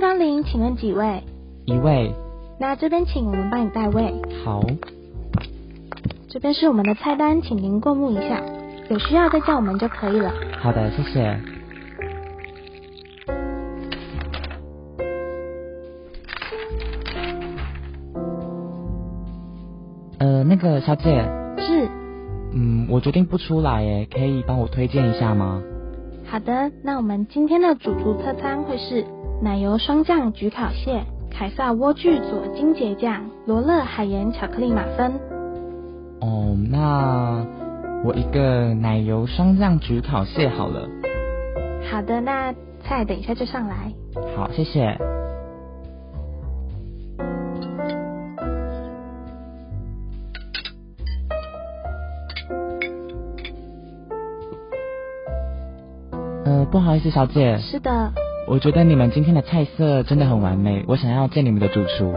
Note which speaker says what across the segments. Speaker 1: 光临，请问几位？
Speaker 2: 一位，
Speaker 1: 那这边请我们帮你带位。
Speaker 2: 好，
Speaker 1: 这边是我们的菜单，请您过目一下，有需要再叫我们就可以了。
Speaker 2: 好的，谢谢。呃，那个小姐，
Speaker 1: 是，
Speaker 2: 嗯，我决定不出来耶，可以帮我推荐一下吗？
Speaker 1: 好的，那我们今天的主厨特餐会是奶油双酱焗烤蟹、凯撒莴苣佐金桔酱、罗勒海盐巧克力马芬。
Speaker 2: 哦，那我一个奶油双酱焗烤蟹好了。
Speaker 1: 好的，那菜等一下就上来。
Speaker 2: 好，谢谢。呃，不好意思，小姐，
Speaker 1: 是的，
Speaker 2: 我觉得你们今天的菜色真的很完美，我想要见你们的主厨。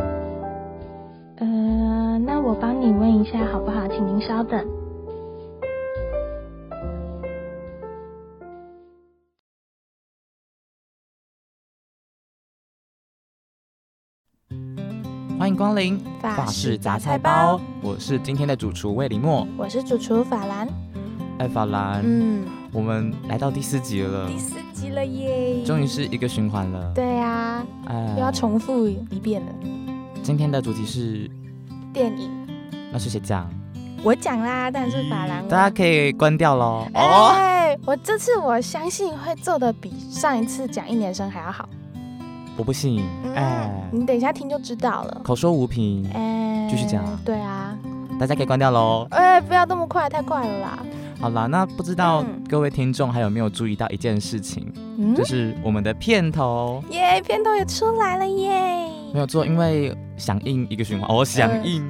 Speaker 1: 呃，那我帮你问一下好不好？请您稍等。
Speaker 2: 欢迎光临
Speaker 3: 法式
Speaker 2: 杂
Speaker 3: 菜包，
Speaker 2: 我是今天的主厨魏林墨。
Speaker 3: 我是主厨法兰。
Speaker 2: 艾法兰，
Speaker 3: 嗯，
Speaker 2: 我们来到第四集了，
Speaker 3: 第四集了耶！
Speaker 2: 终于是一个循环了。
Speaker 3: 对啊，
Speaker 2: 哎
Speaker 3: 又要重复一遍了。
Speaker 2: 今天的主题是，
Speaker 3: 电影
Speaker 2: 那是谁讲？
Speaker 3: 我讲啦，但是法兰我
Speaker 2: 大家可以关掉喽。哦，
Speaker 3: 哎，我这次我相信会做的比上一次讲一年生还要好。
Speaker 2: 我不信，哎，
Speaker 3: 你等一下听就知道了。
Speaker 2: 口说无凭，
Speaker 3: 嗯哎，
Speaker 2: 继续讲啊
Speaker 3: 对啊，
Speaker 2: 大家可以关掉喽。
Speaker 3: 哎，不要那么快，太快了啦。
Speaker 2: 好啦，那不知道
Speaker 3: 嗯
Speaker 2: 各位听众还有没有注意到一件事情，
Speaker 3: 嗯
Speaker 2: 就，是我们的片头
Speaker 3: 耶，片头也出来了耶！
Speaker 2: 没有做，因为响应一个循环，哦，响应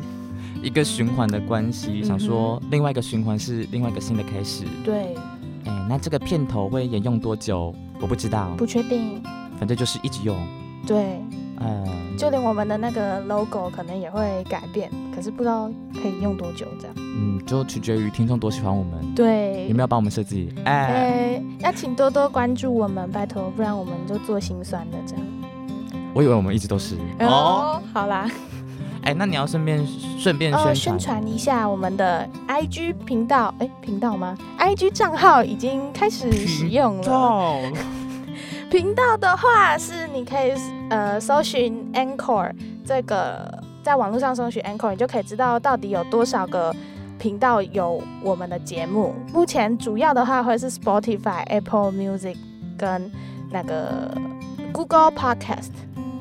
Speaker 2: 一个循环的关系，
Speaker 3: 嗯嗯哼
Speaker 2: 想说另外一个循环是另外一个新的开始。
Speaker 3: 对，
Speaker 2: 哎，那这个片头会沿用多久？我不知道，
Speaker 3: 不确定。
Speaker 2: 反正就是一直用。
Speaker 3: 对，
Speaker 2: 呃，
Speaker 3: 就连我们的那个 logo 可能也会改变，可是不知道可以用多久这样。
Speaker 2: 嗯，就取决于听众多喜欢我们，
Speaker 3: 对，
Speaker 2: 有没有帮我们设计？哎，
Speaker 3: 呃，要请多多关注我们，拜托，不然我们就做心酸的这样。
Speaker 2: 我以为我们一直都是。哦，
Speaker 3: 哦，好啦，
Speaker 2: 哎，那你要顺便顺便
Speaker 3: 呃，
Speaker 2: 宣
Speaker 3: 宣
Speaker 2: 传。
Speaker 3: 传一下我们的 IG 频道，哎，频道吗？IG 账号已经开始使用了。
Speaker 2: 哦，
Speaker 3: 频道的话是你可以呃搜寻 Anchor 这个，在网络上搜寻 Anchor，你就可以知道到底有多少个。频道有我们的节目，目前主要的话会是 Spotify、Apple Music 跟那个 Google Podcast。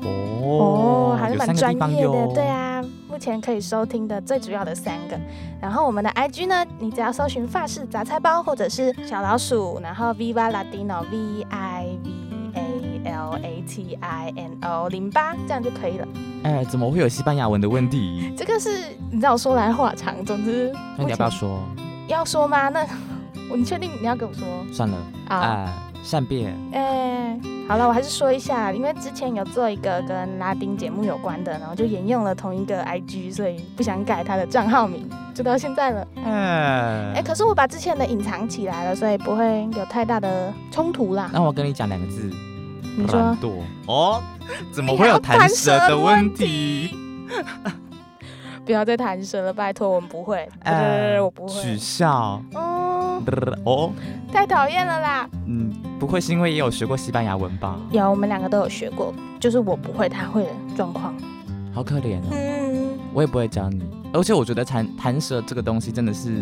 Speaker 3: 哦，还是
Speaker 2: 有
Speaker 3: 蛮
Speaker 2: 三个
Speaker 3: 专
Speaker 2: 地方
Speaker 3: 业的
Speaker 2: 哟，
Speaker 3: 对。啊。目前可以收听的最主要的三个，然后我们的 IG 呢，你只要搜寻法式杂菜包或者是小老鼠，然后 Viva Latino V I V A L A T I N O 零八，这样就可以了。
Speaker 2: 哎，怎么会有西班牙文的问题？
Speaker 3: 这个是你知道我说来话长，总之
Speaker 2: 那你要不要说？
Speaker 3: 要说吗？那 你确定你要给我说
Speaker 2: 算了，
Speaker 3: 啊？
Speaker 2: 哎，善变。
Speaker 3: 哎，好了，我还是说一下，因为之前有做一个跟拉丁节目有关的，然后就沿用了同一个 IG，所以不想改他的账号名，就到现在了。
Speaker 2: 嗯
Speaker 3: 哎、
Speaker 2: 哎，
Speaker 3: 可是我把之前的隐藏起来了，所以不会有太大的冲突啦。
Speaker 2: 那我跟你讲两个字，
Speaker 3: 你
Speaker 2: 懒
Speaker 3: 说
Speaker 2: 惰。哦，怎么
Speaker 3: 你
Speaker 2: 会有
Speaker 3: 还要
Speaker 2: 弹舌
Speaker 3: 弹舌
Speaker 2: 的
Speaker 3: 的
Speaker 2: 问
Speaker 3: 问
Speaker 2: 题？
Speaker 3: 不要再弹舌了，拜托，我们不会，对对对
Speaker 2: 哎，
Speaker 3: 对我不
Speaker 2: 取
Speaker 3: 会。
Speaker 2: 笑。
Speaker 3: 嗯，
Speaker 2: 哦，
Speaker 3: 太讨厌了啦。
Speaker 2: 嗯，不会是因为也有学过西班牙文吧？
Speaker 3: 有，我们两个都有学过，就是我不会，他会的状况。
Speaker 2: 好可怜哦，
Speaker 3: 嗯，
Speaker 2: 我也不会教你。而且我觉得弹弹舌这个东西真的是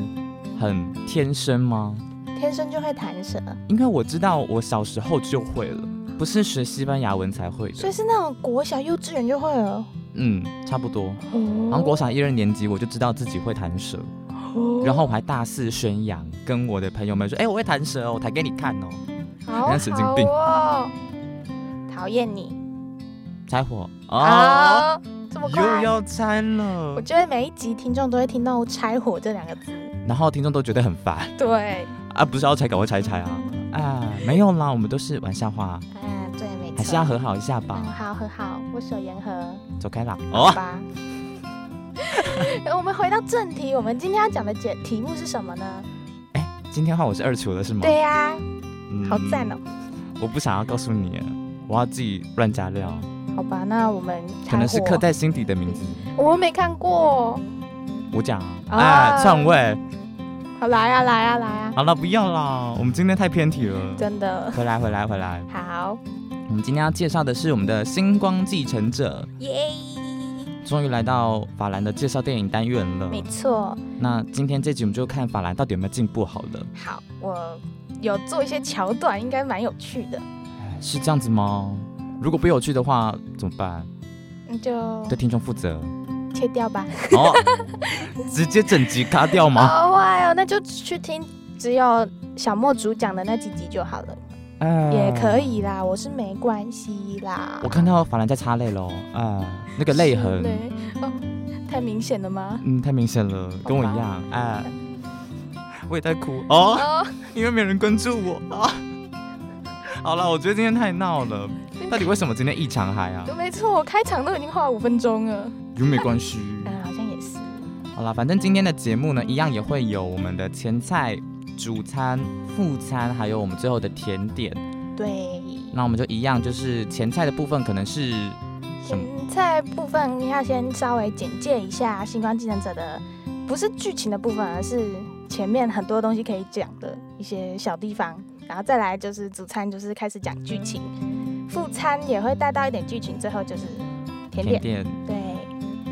Speaker 2: 很天生吗？
Speaker 3: 嗯天生就会弹舌，
Speaker 2: 因为我知道我小时候就会了，不是学西班牙文才会
Speaker 3: 所
Speaker 2: 的
Speaker 3: 以。是那种国小、幼稚园就会了。哦
Speaker 2: 嗯，差不多。好像
Speaker 3: 韩
Speaker 2: 国小一二年级我就知道自己会弹舌，
Speaker 3: 哦
Speaker 2: 然后我还大肆宣扬，跟我的朋友们说：“哎、我会弹舌哦，我弹给你看哦。
Speaker 3: 好
Speaker 2: 人家神经病
Speaker 3: 好哦，讨厌你”
Speaker 2: 拆火哦，
Speaker 3: 啊！这么
Speaker 2: 又
Speaker 3: 快，
Speaker 2: 要拆了
Speaker 3: 我。觉得每一集听众都会听到“拆火”这两个字。
Speaker 2: 然后听众都觉得很烦
Speaker 3: 对，
Speaker 2: 啊，不是要拆赶快拆一拆啊啊，没有啦，我们都是玩笑话，
Speaker 3: 啊，对，没错。
Speaker 2: 还是要和好一下
Speaker 3: 嗯，
Speaker 2: 吧。
Speaker 3: 好，很好，我手言和，
Speaker 2: 走开啦
Speaker 3: 好啊
Speaker 2: 哦，
Speaker 3: 吧。 我们回到正题，我们今天要讲的节题目是什么呢？
Speaker 2: 今天换我是二厨了是吗？
Speaker 3: 对呀、
Speaker 2: 嗯
Speaker 3: 好赞哦！
Speaker 2: 我不想要告诉你，我要自己乱加料。
Speaker 3: 好吧，那我们
Speaker 2: 可能是刻
Speaker 3: 在
Speaker 2: 在心底的名字。
Speaker 3: 我没看过，
Speaker 2: 我讲啊，
Speaker 3: 啊
Speaker 2: 哎，篡位，
Speaker 3: 好来啊来啊来啊，
Speaker 2: 好了，不要啦，我们今天太偏题了。
Speaker 3: 真的
Speaker 2: 回来，回来，回来。
Speaker 3: 好
Speaker 2: 我们今天要介绍的是我们的《星光继承者
Speaker 3: 耶，》，
Speaker 2: 终于来到法兰的介绍电影单元了。
Speaker 3: 没错，
Speaker 2: 那今天这集我们就看法兰到底有没有进步好了。
Speaker 3: 好，我有做一些桥段，应该蛮有趣的，
Speaker 2: 哎是这样子吗？如果不有趣的话怎么办？
Speaker 3: 那就
Speaker 2: 对听众负责。
Speaker 3: 切掉吧。
Speaker 2: 哦，直接整集卡掉吗？
Speaker 3: 好坏哦，那就去听只有小莫主讲的那几集就好了，
Speaker 2: 哎
Speaker 3: 也可。以啦，我是没关系啦。
Speaker 2: 哦我看到法兰在擦泪喽，啊、那个泪
Speaker 3: 是
Speaker 2: 痕，
Speaker 3: 嘞哦，太明显了吗？
Speaker 2: 嗯，太明显了，跟我一样，哎、我也在哭哦，
Speaker 3: 哦，
Speaker 2: 因为没有人关注我啊。 好了，我觉得今天太闹了，到底为什么今天异常嗨 啊？
Speaker 3: 没错，我开场都已经花了五分钟了。
Speaker 2: 有没关系。
Speaker 3: 嗯，好像也是。
Speaker 2: 好了，反正今天的节目呢，一样也会有我们的前菜、主餐、副餐，还有我们最后的甜点。
Speaker 3: 对，
Speaker 2: 那我们就一样，就是前菜的部分可能是什么？
Speaker 3: 前嗯菜部分要先稍微简介一下《星光继承者》的，不是剧情的部分，而是前面很多东西可以讲的一些小地方，然后再来就是主餐，就是开始讲剧情，副餐也会带到一点剧情，最后就是甜点。
Speaker 2: 点。
Speaker 3: 对，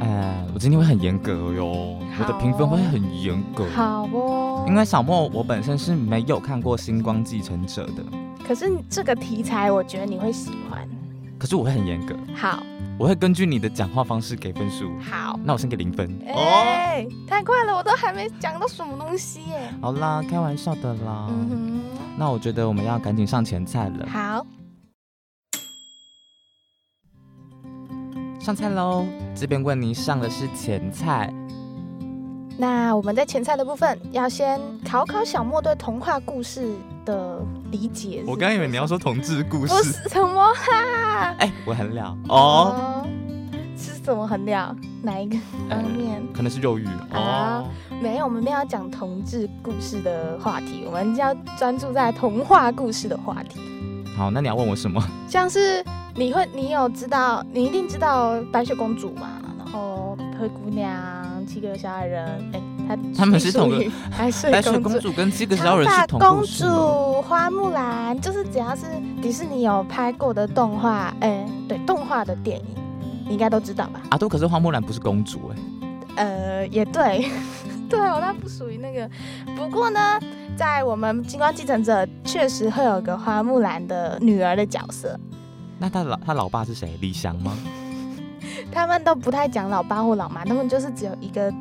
Speaker 2: 哎，我今天会很严格哦哟，我的评分会很严格。
Speaker 3: 好哦。
Speaker 2: 因为小莫，我本身是没有看过《星光继承者》的，
Speaker 3: 可是这个题材，我觉得你会喜欢。
Speaker 2: 可是我会很严格，
Speaker 3: 好，
Speaker 2: 我会根据你的讲话方式给分数。
Speaker 3: 好。
Speaker 2: 那我先给零分。哦
Speaker 3: 哎、太快了，我都还没讲到什么东西耶。
Speaker 2: 好啦，开玩笑的啦。
Speaker 3: 嗯
Speaker 2: 那我觉得我们要赶紧上前菜了
Speaker 3: 哼，，好，
Speaker 2: 上菜喽。这边问你上的是前菜，
Speaker 3: 那我们在前菜的部分要先考考小莫对童话故事的理解。是
Speaker 2: 说同志故
Speaker 3: 不是什么啦？
Speaker 2: 哎、我很了哦，
Speaker 3: 哦，是什么很了？哪一个方
Speaker 2: 哎
Speaker 3: 面？
Speaker 2: 可能是肉欲哦
Speaker 3: 啊。没有，我们没有讲同志故事的话题，我们要专注在童话故事的话题。
Speaker 2: 好，那你要问我什么？
Speaker 3: 像是你会，你有知道，你一定知道白雪公主嘛，然后灰姑娘、七个小矮人，哎、她
Speaker 2: 他们是同个
Speaker 3: 隶属于白 雪
Speaker 2: 白雪
Speaker 3: 公
Speaker 2: 公
Speaker 3: 主。
Speaker 2: 主跟七个小
Speaker 3: 长
Speaker 2: 矮人
Speaker 3: 发
Speaker 2: 是同
Speaker 3: 公
Speaker 2: 故事吗
Speaker 3: 主、花木兰，就是只要是迪士尼有拍过的动画，哎、对，动画的电影，你应该都知道吧？
Speaker 2: 阿杜啊可是花木兰不是公主哎、
Speaker 3: 呃，也对， 对哦，它不属于那个。不过呢，在我们《金光继承者》确实会有个花木兰的女儿的角色，
Speaker 2: 那他老他老爸是谁？李翔吗？
Speaker 3: 他们都不太讲老爸或老妈，他们就是只有一个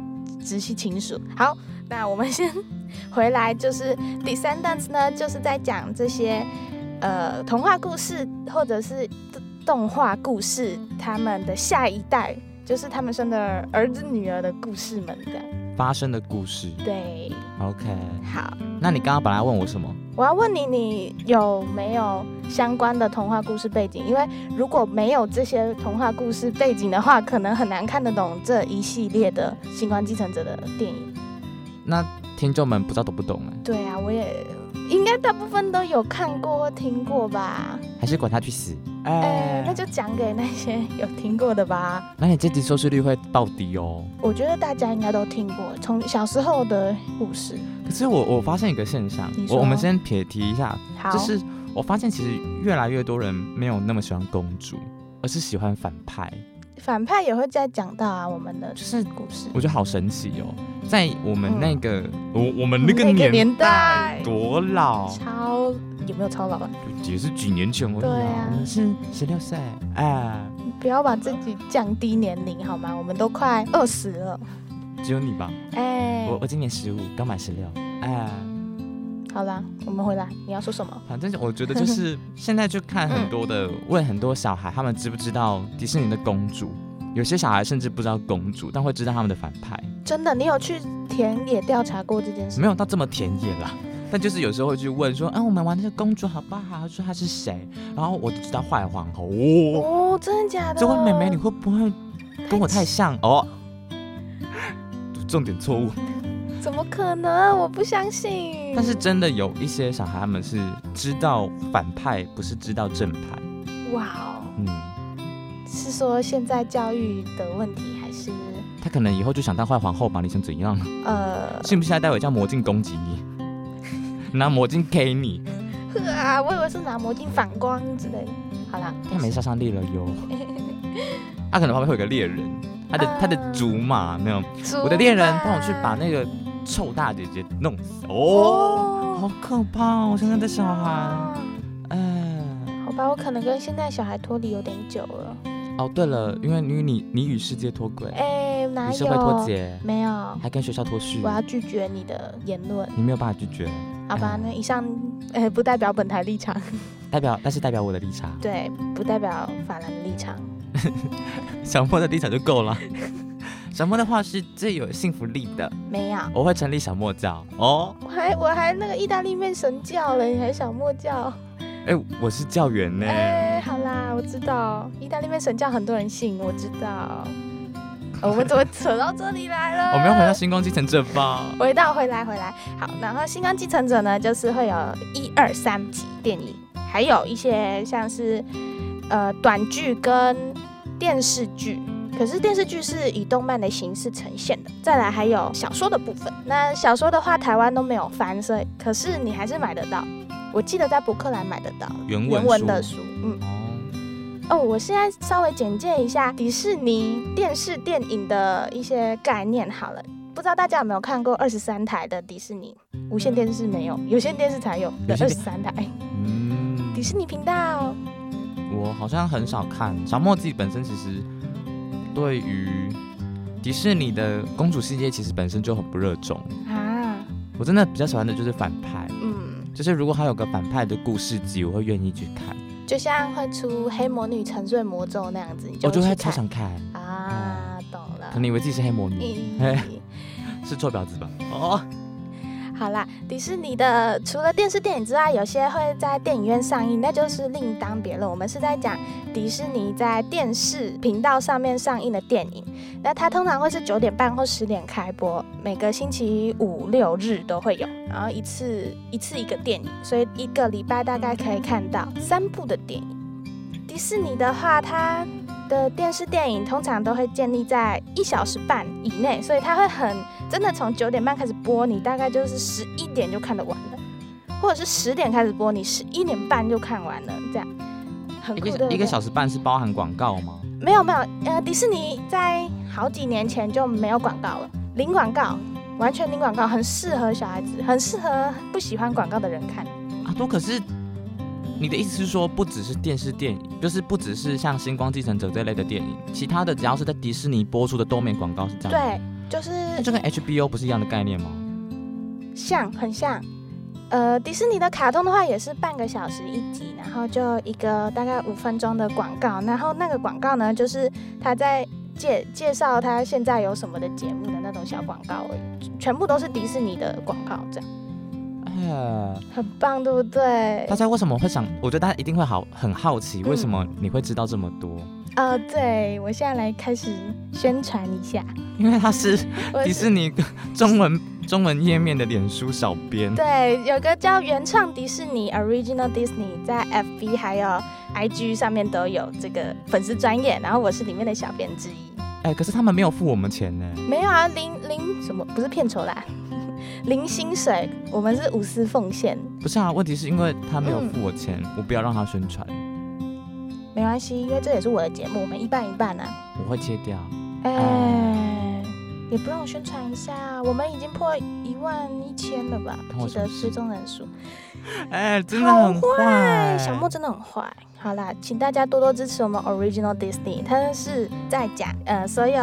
Speaker 3: 直系亲属。好，那我们先回来，就是《Descendants》呢， 就是在讲这些呃童话故事或者是动动画故事，他们的下一代，就是他们生的儿子女儿的故事们这样。
Speaker 2: 发生的故事。
Speaker 3: 对，
Speaker 2: OK，
Speaker 3: 好。
Speaker 2: 那你刚刚本来问我什么？
Speaker 3: 我要问你，你有没有相关的童话故事背景？因为如果没有这些童话故事背景的话，可能很难看得懂这一系列的《星光继承者》的电影。
Speaker 2: 那听众们不知道懂不懂哎、
Speaker 3: 对啊，我也应该大部分都有看过或听过吧。
Speaker 2: 还是管他去死。哎、
Speaker 3: 哎、那就讲给那些有听过的吧。
Speaker 2: 那你这集收视率会暴跌哦。
Speaker 3: 我觉得大家应该都听过，从小时候的故事。
Speaker 2: 可是我我发现一个现象
Speaker 3: 你，说
Speaker 2: 我我们先撇提一下，
Speaker 3: 好，
Speaker 2: 就是我发现其实越来越多人没有那么喜欢公主，而是喜欢反派。
Speaker 3: 反派也会再讲到啊，我们的
Speaker 2: 就是
Speaker 3: 故事。
Speaker 2: 我觉得好神奇哦，在我们那个、我我们那个
Speaker 3: 嗯那个
Speaker 2: 年
Speaker 3: 年代
Speaker 2: 多老，
Speaker 3: 超有没有超老啊？
Speaker 2: 也是几年前而已、
Speaker 3: 对啊
Speaker 2: 我们是十六岁，哎，
Speaker 3: 不要把自己降低年龄好吗？我们都快二十了，
Speaker 2: 只有你吧？
Speaker 3: 哎、
Speaker 2: 我我今年十五，刚满十六，哎，
Speaker 3: 好啦，我们回来，你要说什么？
Speaker 2: 反正我觉得就是 现在就看很多的，问很多小孩他们知不知道迪士尼的公主，有些小孩甚至不知道公主，但会知道他们的反派，
Speaker 3: 真的，你有去田野调查过这件事？
Speaker 2: 没有到这么田野啦。 但就是有时候会去问说，嗯、我们玩那个公主好不好？她说她是谁？然后我就知道坏皇后。哦
Speaker 3: 哦，真的假的？
Speaker 2: 这位妹妹，你会不会跟我太像哦？ 重点错误，
Speaker 3: 怎么可能？我不相信。
Speaker 2: 但是真的有一些小孩，他们是知道反派，不是知道正派。
Speaker 3: 哇哦，
Speaker 2: 嗯，
Speaker 3: 是说现在教育的问题，还是
Speaker 2: 他可能以后就想当坏皇后吧？你想怎 样？
Speaker 3: 呃
Speaker 2: 信不信他待会叫魔镜攻击你，拿魔镜 K 你？
Speaker 3: 呵啊？我以为是拿魔镜反光之类的。好啦，
Speaker 2: 太没杀伤力了 哟。他可能旁边会有个猎人，他的、他的啊竹马没有，
Speaker 3: 猪
Speaker 2: 我的猎人
Speaker 3: 嘛
Speaker 2: 帮我去把那个臭大姐姐弄死哦，好
Speaker 3: 哦，
Speaker 2: 可怕哦！现在的小孩，
Speaker 3: 啊
Speaker 2: 嗯。
Speaker 3: 好吧，我可能跟现在小孩脱离有点久了。
Speaker 2: 哦，对了，因为你与你你与世界脱轨，
Speaker 3: 哎，哪
Speaker 2: 与社
Speaker 3: 有？
Speaker 2: 会脱节，嗯
Speaker 3: 没有，
Speaker 2: 还跟学校脱序
Speaker 3: 我，要拒绝你的言论。
Speaker 2: 你没有办法拒绝，
Speaker 3: 好吧，
Speaker 2: 嗯
Speaker 3: 那以上呃不代表本台立场，
Speaker 2: 代表但是代表我的立场，
Speaker 3: 对，不代表法兰的立场。
Speaker 2: 小莫的立场就够了。 小莫的话是最有信服力的，
Speaker 3: 没有，
Speaker 2: 我会成立小莫教哦。
Speaker 3: 我还我还那个意大利面神教了，你还小莫教？
Speaker 2: 哎、我是教员呢，
Speaker 3: 哎、好啦，我知道意大利面神教很多人信，我知道。呃我们怎么扯到这里来了？
Speaker 2: 我们要回到星光继承这吧。
Speaker 3: 回到回来回来，好，然后《新光继承者》呢，就是会有一二三集电影，还有一些像是呃短剧跟电视剧。可是电视剧是以动漫的形式呈现的，再来还有小说的部分。那小说的话，台湾都没有翻，所以可是你还是买得到。我记得在博客来买得到
Speaker 2: 原文
Speaker 3: 的
Speaker 2: 书
Speaker 3: 书，嗯，
Speaker 2: 哦，
Speaker 3: 哦，我现在稍微简介一下迪士尼电视电影的一些概念好了。不知道大家有没有看过二十三台的迪士尼？无线电视没有，有线电视才有
Speaker 2: 有
Speaker 3: 的二十
Speaker 2: 线
Speaker 3: 三台
Speaker 2: 嗯
Speaker 3: 迪士尼频道。
Speaker 2: 我好像很少看小莫自己本身其实对于迪士尼的公主世界其实本身就很不热衷，
Speaker 3: 啊，
Speaker 2: 我真的比较喜欢的就是反派，
Speaker 3: 嗯，
Speaker 2: 就是如果他有个反派的故事集，我会愿意去看，
Speaker 3: 就像会出黑魔女沉睡魔咒那样子，你就
Speaker 2: 我
Speaker 3: 会
Speaker 2: 就
Speaker 3: 去
Speaker 2: 会
Speaker 3: 看
Speaker 2: 超想哦看。
Speaker 3: 啊，懂
Speaker 2: 可
Speaker 3: 了。
Speaker 2: 能以为自己是黑魔女，
Speaker 3: 咦
Speaker 2: 是臭婊子吧？哦，
Speaker 3: 好啦，迪士尼的除了电视电影之外，有些会在电影院上映，那就是另当别论。我们是在讲迪士尼在电视频道上面上映的电影，那它通常会是九点半或十点开播，每个星期五六日都会有，然后一次一次一个电影，所以一个礼拜大概可以看到三部的电影。迪士尼的话，它的电视电影通常都会建立在一小时半以内，所以它会很真的从九点半开始播，你大概就是十一点就看得完了，或者是十点开始播，你十一点半就看完了，这样很
Speaker 2: 一
Speaker 3: 酷
Speaker 2: 个
Speaker 3: 的。
Speaker 2: 小一
Speaker 3: 对不对
Speaker 2: 个小时半是包含广告吗？
Speaker 3: 没有没有，呃，迪士尼在好几年前就没有广告了，零广告，完全零广告，很适合小孩子，很适合不喜欢广告的人看。
Speaker 2: 啊，多可是你的意思是说，不只是电视电影，就是不只是像《星光继承者》这类的电影，其他的只要是在迪士尼播出的都没广告是这样吗。
Speaker 3: 对，就是
Speaker 2: 那就跟 HBO 不是一样的概念吗？
Speaker 3: 像很像，呃，迪士尼的卡通的话也是半个小时一集，然后就一个大概五分钟的广告，然后那个广告呢，就是他在介介绍他现在有什么的节目的那种小广告而已，全部都是迪士尼的广告，这样
Speaker 2: 哎，
Speaker 3: 很棒，对不对
Speaker 2: 大？家为什么会想？我觉得大家一定会好很好奇，为什么你会知道这么多？
Speaker 3: 呃，对，我现在来开始宣传一下。
Speaker 2: 因为他是
Speaker 3: 我
Speaker 2: 迪士尼中文中文页面的脸书小编，
Speaker 3: 对，有个叫原创迪士尼 （Original Disney） 在 FB 还有 IG 上面都有这个粉丝专业，然后我是里面的小编之一。
Speaker 2: 哎、可是他们没有付我们钱呢。
Speaker 3: 没有啊，零零什么不是片酬啦， 零薪水，我们是无私奉献，
Speaker 2: 不是啊，问题是因为他没有付我钱，我不要让他宣传，
Speaker 3: 没关系，因为这也是我的节目，我们一半一半啊。
Speaker 2: 我会切掉。
Speaker 3: 哎、也不让我宣传一下，啊我们已经破一万一千了吧？
Speaker 2: 看我
Speaker 3: 记
Speaker 2: 什么
Speaker 3: 得
Speaker 2: 事
Speaker 3: 追踪人数。
Speaker 2: 哎、真的很坏。
Speaker 3: 小莫真的很坏。好啦，请大家多多支持我们 Original Disney，它是在讲呃所有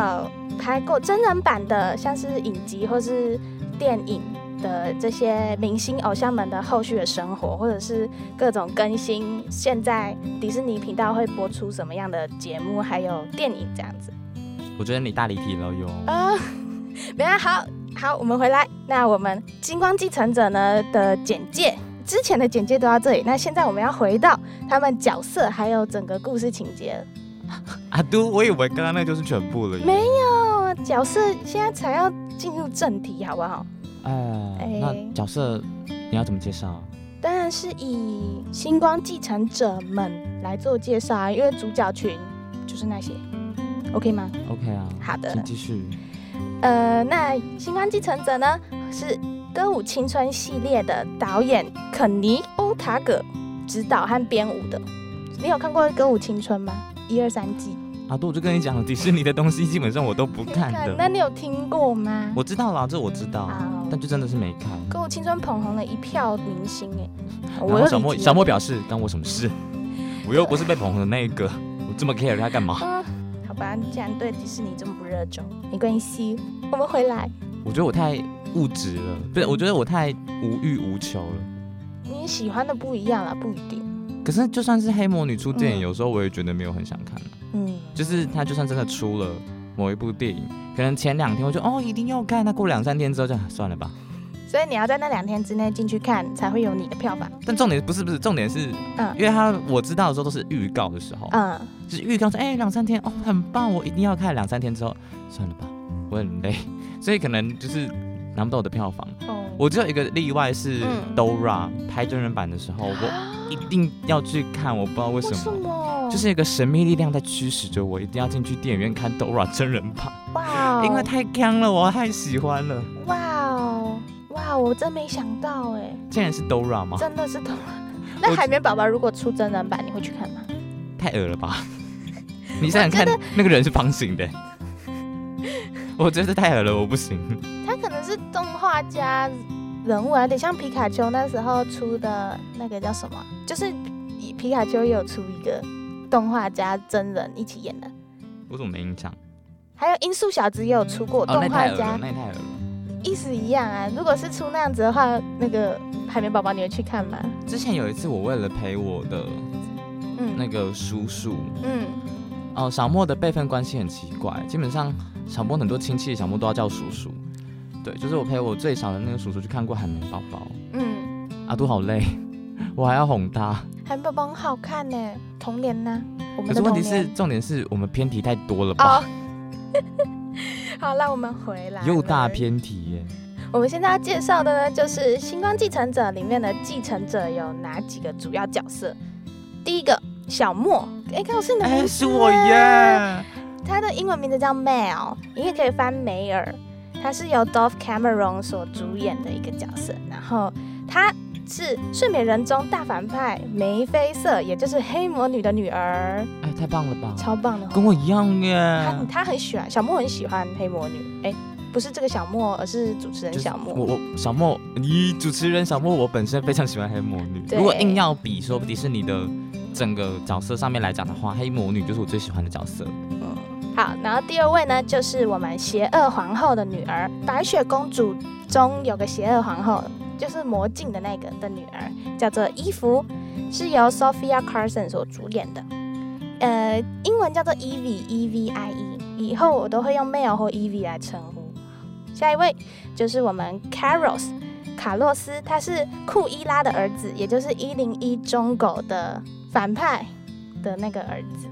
Speaker 3: 拍过真人版的，像是影集或是电影的这些明星偶像们的后续的生活，或者是各种更新。现在迪士尼频道会播出什么样的节目，还有电影这样子
Speaker 2: 我觉得你大离题了哟。
Speaker 3: 啊？没啊，好好，我们回来。那我们《星光继承者呢》的简介，之前的简介都到这里。那现在我们要回到他们角色还有整个故事情节了。
Speaker 2: 阿啊都，我以为刚刚那就是全部了耶。
Speaker 3: 没有角色，现在才要进入正题，好不好？
Speaker 2: 哎、
Speaker 3: 哎
Speaker 2: 那角色你要怎么介绍？
Speaker 3: 当然是以《星光继承者》们来做介绍啊，因为主角群就是那些，OK 吗？
Speaker 2: OK 啊，
Speaker 3: 好的
Speaker 2: 请继续。
Speaker 3: 呃，那《星光继承者》呢是歌舞青春系列的导演肯尼·欧塔葛执导和编舞的。你有看过《歌舞青春》吗？一二三季。
Speaker 2: 阿啊杜，我就跟你讲了，迪士尼的东西基本上我都不看
Speaker 3: 那
Speaker 2: 的。
Speaker 3: 你有听过吗？
Speaker 2: 我知道啦，这我知道，
Speaker 3: 好
Speaker 2: 但就真的是没看。
Speaker 3: 歌舞青春捧红了一票明星哎，
Speaker 2: 然后
Speaker 3: 又
Speaker 2: 小莫
Speaker 3: 离题
Speaker 2: 小
Speaker 3: 了
Speaker 2: 莫表示关我什么事？我又不是被捧红的那一个，我这么 care 他干嘛？
Speaker 3: 嗯，好吧，你既然对迪士尼这么不热衷，没关系，我们回来。
Speaker 2: 我觉得我太物质了，不
Speaker 3: 嗯
Speaker 2: 是，我觉得我太无欲无求了。
Speaker 3: 你喜欢的不一样啦，不一定。
Speaker 2: 可是就算是黑魔女出电影，
Speaker 3: 嗯
Speaker 2: 有时候我也觉得没有很想看。
Speaker 3: 嗯，
Speaker 2: 就是她就算真的出了某一部电影，可能前两天我就哦一定要看，那过两三天之后就啊算了吧。
Speaker 3: 所以你要在那两天之内进去看，才会有你的票房。
Speaker 2: 但重点不是不是，重点是，
Speaker 3: 嗯
Speaker 2: 因为他我知道的时候都是预告的时候，
Speaker 3: 嗯，
Speaker 2: 就是预告说，哎、两三天哦，很棒，我一定要看。两三天之后，算了吧，我很累，所以可能就是拿不到我的票房。
Speaker 3: 哦，
Speaker 2: 我只有一个例外是
Speaker 3: 嗯啊
Speaker 2: Dora、拍真人版的时候，我一定要去看，我不知道为什
Speaker 3: 为
Speaker 2: 么，
Speaker 3: 什么？
Speaker 2: 就是一个神秘力量在驱使着我，一定要进去电影院看 Dora 真人版，
Speaker 3: 哇哦，
Speaker 2: 因为太强了，我太喜欢了。
Speaker 3: 哇哦哇，我真没想到哎、
Speaker 2: 竟然是 Dora 吗？
Speaker 3: 真的是懂 了。那海绵宝宝如果出真人版，你会去看吗？
Speaker 2: 太恶了 吧！你想想看，那个人是方形的，我觉得太恶了，我不行。
Speaker 3: 他可能是动画家人物啊，有点像皮卡丘那时候出的那个叫什么啊，就是皮皮卡丘也有出一个动画家真人一起演的，
Speaker 2: 我怎么没印象？
Speaker 3: 还有音速小子也有出过
Speaker 2: 哦，那
Speaker 3: 动画
Speaker 2: 太恶了
Speaker 3: 家，，
Speaker 2: 那太恶了。
Speaker 3: 意思一样啊。如果是出那样子的话，那个海绵宝宝你会去看吗？
Speaker 2: 之前有一次，我为了陪我的
Speaker 3: 嗯，
Speaker 2: 那个叔叔，
Speaker 3: 嗯
Speaker 2: 哦，小莫的辈分关系很奇怪，基本上小莫很多亲戚，小莫都要叫叔叔。对，就是我陪我最小的那个叔叔去看过《海绵宝宝
Speaker 3: 嗯，》，
Speaker 2: 阿都好累，我还要哄他。
Speaker 3: 海绵宝宝很好看呢、童年呐、我
Speaker 2: 可
Speaker 3: 们
Speaker 2: 是
Speaker 3: 的
Speaker 2: 问
Speaker 3: 童
Speaker 2: 题是
Speaker 3: 年。，
Speaker 2: 重点是我们偏题太多了吧
Speaker 3: 哦？， 好，让我们回来。
Speaker 2: 又大。偏题耶。
Speaker 3: 我们现在要介绍的呢，就是《星光继承者》里面的继承者有哪几个主要角色？第一个小莫，哎，刚好是你的名字
Speaker 2: 是我！耶！
Speaker 3: 他的英文名字叫 Mel，你也可以翻梅尔。他是由 Dove Cameron 所主演的一个角色，然后他是《睡美人》中大反派梅菲瑟，也就是黑魔女的女儿，
Speaker 2: 哎，太棒了吧！
Speaker 3: 超棒的哦。
Speaker 2: 跟我一样啊耶
Speaker 3: 他。他很喜欢小莫，很喜欢黑魔女。哎，不是这个小莫，而是主持人
Speaker 2: 就是
Speaker 3: 小莫。
Speaker 2: 我我小莫，咦，主持人小莫，我本身非常喜欢黑魔女。
Speaker 3: 对
Speaker 2: 如果硬要比说迪士尼的整个角色上面来讲的话，黑魔女就是我最喜欢的角色。
Speaker 3: 嗯好，然后第二位呢，就是我们邪恶皇后的女儿，白雪公主中有个邪恶皇后，就是魔镜的那个的女儿，叫做伊芙，是由 Sophia Carson 所主演的。呃，英文叫做 Evie E V I E，以后我都会用 Mel 或 Evie 来称呼。下一位就是我们 Caros 卡洛斯，他是库伊拉的儿子，也就是一零一中狗的反派的那个儿子。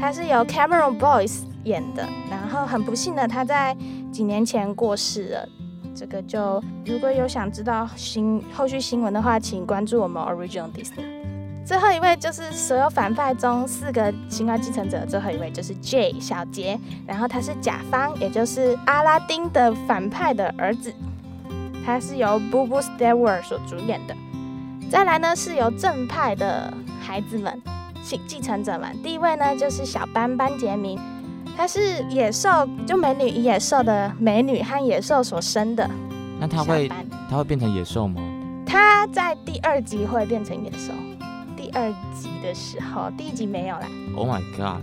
Speaker 3: 他是由 Cameron Boyce 演的，然后很不幸的，他在几年前过世了。这个就如果有想知道新后续新闻的话，请关注我们 Original Disney。最后一位就是所有反派中四个星光继承者的最后一位，就是 J 小杰，然后他是甲方，也就是阿拉丁的反派的儿子，他是由 Boo Boo Stewart 所主演的。再来呢，是由正派的孩子们继继承者们。第一位呢就是小班班杰明，她是野兽，就美女与野兽的美女和野兽所生的。
Speaker 2: 那他
Speaker 3: 小
Speaker 2: 会
Speaker 3: 班，
Speaker 2: 他会变成野兽吗？
Speaker 3: 她在第二集会变成野兽。第二集的时候，第一集没有啦，
Speaker 2: Oh my god！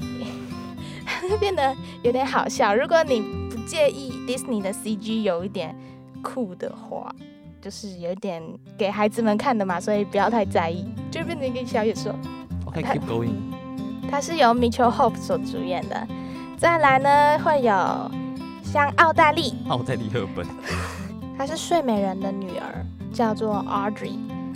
Speaker 3: 就变得有点好笑。如果你不介意 Disney 的 CG 有一点酷的话，就是有点给孩子们看的嘛，所以不要太在意，就变成一个小野兽。
Speaker 2: o k keep going。
Speaker 3: 它是由 Mitchell Hope 所主演的。再来呢，会有像奥黛丽，
Speaker 2: 哦，我在利赫本。
Speaker 3: 她是睡美人的女儿，叫做 Audrey。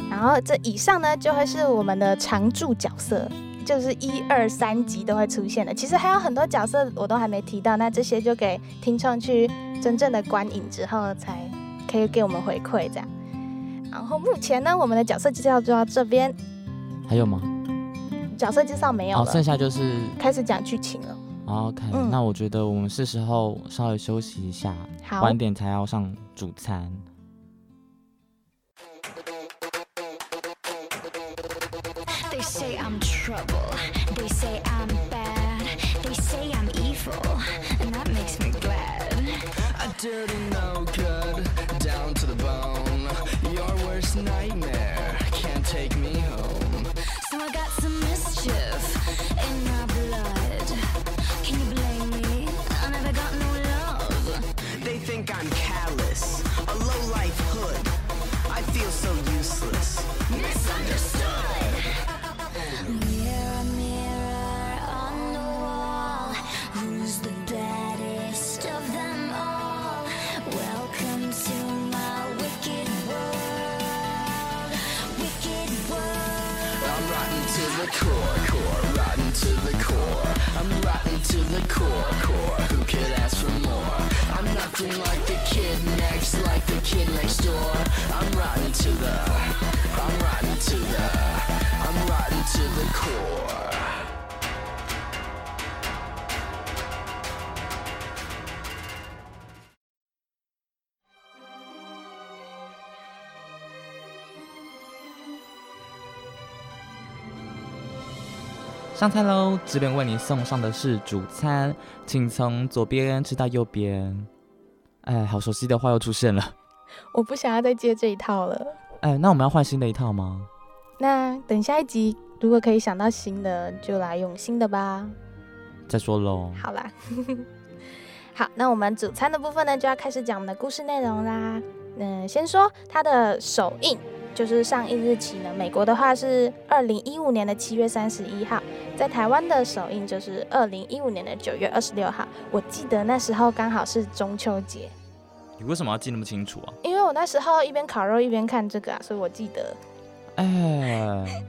Speaker 3: 然后这以上呢，就会是我们的常驻角色，就是一二三集都会出现的。其实还有很多角色我都还没提到，那这些就给听众去真正的观影之后才可以给我们回馈这样。然后目前呢，我们的角色介绍就到这边，
Speaker 2: 还有吗？
Speaker 3: 角色介绍没有
Speaker 2: 好，
Speaker 3: 了，
Speaker 2: 剩下就是哦
Speaker 3: 开始讲剧情了。
Speaker 2: OK、
Speaker 3: 嗯
Speaker 2: 那我觉得我们是时候稍微休息一下，
Speaker 3: 好，
Speaker 2: 晚点才要上主餐。
Speaker 4: They say I'm trouble. They say I'm bad. They say I'm evil. And that makes me glad.
Speaker 5: A dirty no good, down to the bone. Your worst nightmare can't take me home.
Speaker 4: So I got some mischief in my blood. Can you blame me? I never got no love.
Speaker 5: They think I'm callous, a low life hood. I feel so useless.
Speaker 4: Misunderstood. Mirror, mirror on the wall. Who's the baddest of them all? Welcome to my wicked world. Wicked world.
Speaker 5: I'm rotten to the core, core, rotten to the core. I'm rotten to the core, core. Who could ask for more? I'm nothing like the kid next, like the kid next door. I'm rotten to the, I'm rotten to the, I'm rotten to the core.
Speaker 2: 上菜喽！这边为你送上的是主餐，请从左边吃到右边。哎，好熟悉的话又出现了。
Speaker 3: 我不想要再接这一套了。
Speaker 2: 哎，那我们要换新的一套吗？
Speaker 3: 那等下一集如果可以想到新的，就来用新的吧。
Speaker 2: 再说喽。
Speaker 3: 好啦， 好，那我们主餐的部分呢，就要开始讲我们的故事内容啦。嗯，先说它的首映，就是上映日期呢，美国的话是二零一五年的七月三十一号，在台湾的首映就是二零一五年的九月二十六号。我记得那时候刚好是中秋节，
Speaker 2: 你为什么要记那么清楚啊？
Speaker 3: 因为我那时候一边烤肉一边看这个啊，所以我记得。
Speaker 2: 哎，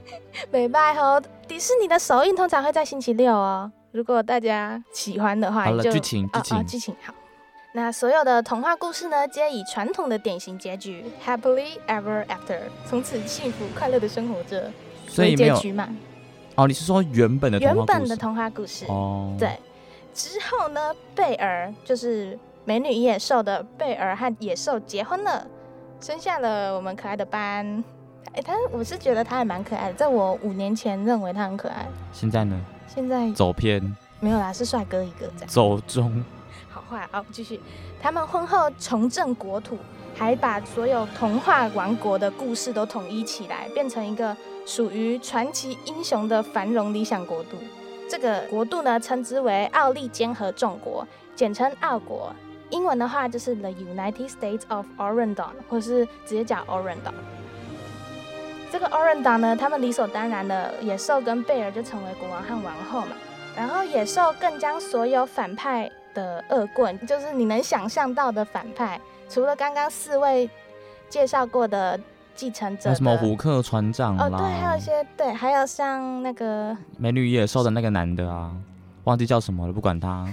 Speaker 3: 美拜吼，迪士尼的首映通常会在星期六哦。如果大家喜欢的话，
Speaker 2: 好了
Speaker 3: 就
Speaker 2: 剧情
Speaker 3: 哦
Speaker 2: 剧情
Speaker 3: 哦剧情好。那所有的童话故事呢，皆以传统的典型结局 happily ever after，从此幸福快乐的生活着，
Speaker 2: 所以没
Speaker 3: 结
Speaker 2: 有
Speaker 3: 局嘛。
Speaker 2: 哦？你是说原本的童
Speaker 3: 原
Speaker 2: 话故事
Speaker 3: 本的童话故事，
Speaker 2: 哦？
Speaker 3: 对。之后呢，贝尔就是美女与野兽的贝尔和野兽结婚了，生下了我们可爱的斑。哎，他我是觉得他还蛮可爱的，在我五年前认为他很可爱，
Speaker 2: 现在呢？
Speaker 3: 现在
Speaker 2: 走偏
Speaker 3: 没有啦，是帅哥一个这样。
Speaker 2: 走中，
Speaker 3: 好话哦，继续。他们婚后重振国土，还把所有童话王国的故事都统一起来，变成一个属于传奇英雄的繁荣理想国度。这个国度呢，称之为奥利坚合众国，简称奥国。英文的话就是 The United States of Orendon，或是直接讲 Orendon。这个 Orendon 呢，他们理所当然的，野兽跟贝尔就成为国王和王后嘛。然后野兽更将所有反派的恶棍，就是你能想象到的反派，除了刚刚四位介绍过的继承者
Speaker 2: 那
Speaker 3: 的，
Speaker 2: 什么虎啊克船长啦，
Speaker 3: 哦，对，还有一些对，还有像那个，
Speaker 2: 美女与野兽的那个男的啊，忘记叫什么了，不管他。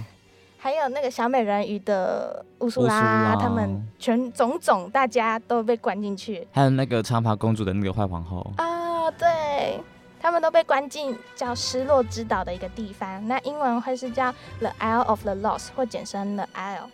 Speaker 3: 还有那个小美人鱼的乌苏
Speaker 2: 乌苏
Speaker 3: 拉，
Speaker 2: 拉
Speaker 3: 他们全种种，大家都被关进去
Speaker 2: 还有那个长发公主的那个坏皇后，
Speaker 3: 啊、对。他们都被关进叫失落之岛的一个地方，那英文会是叫 The Isle of the Lost，或简称 The Isle。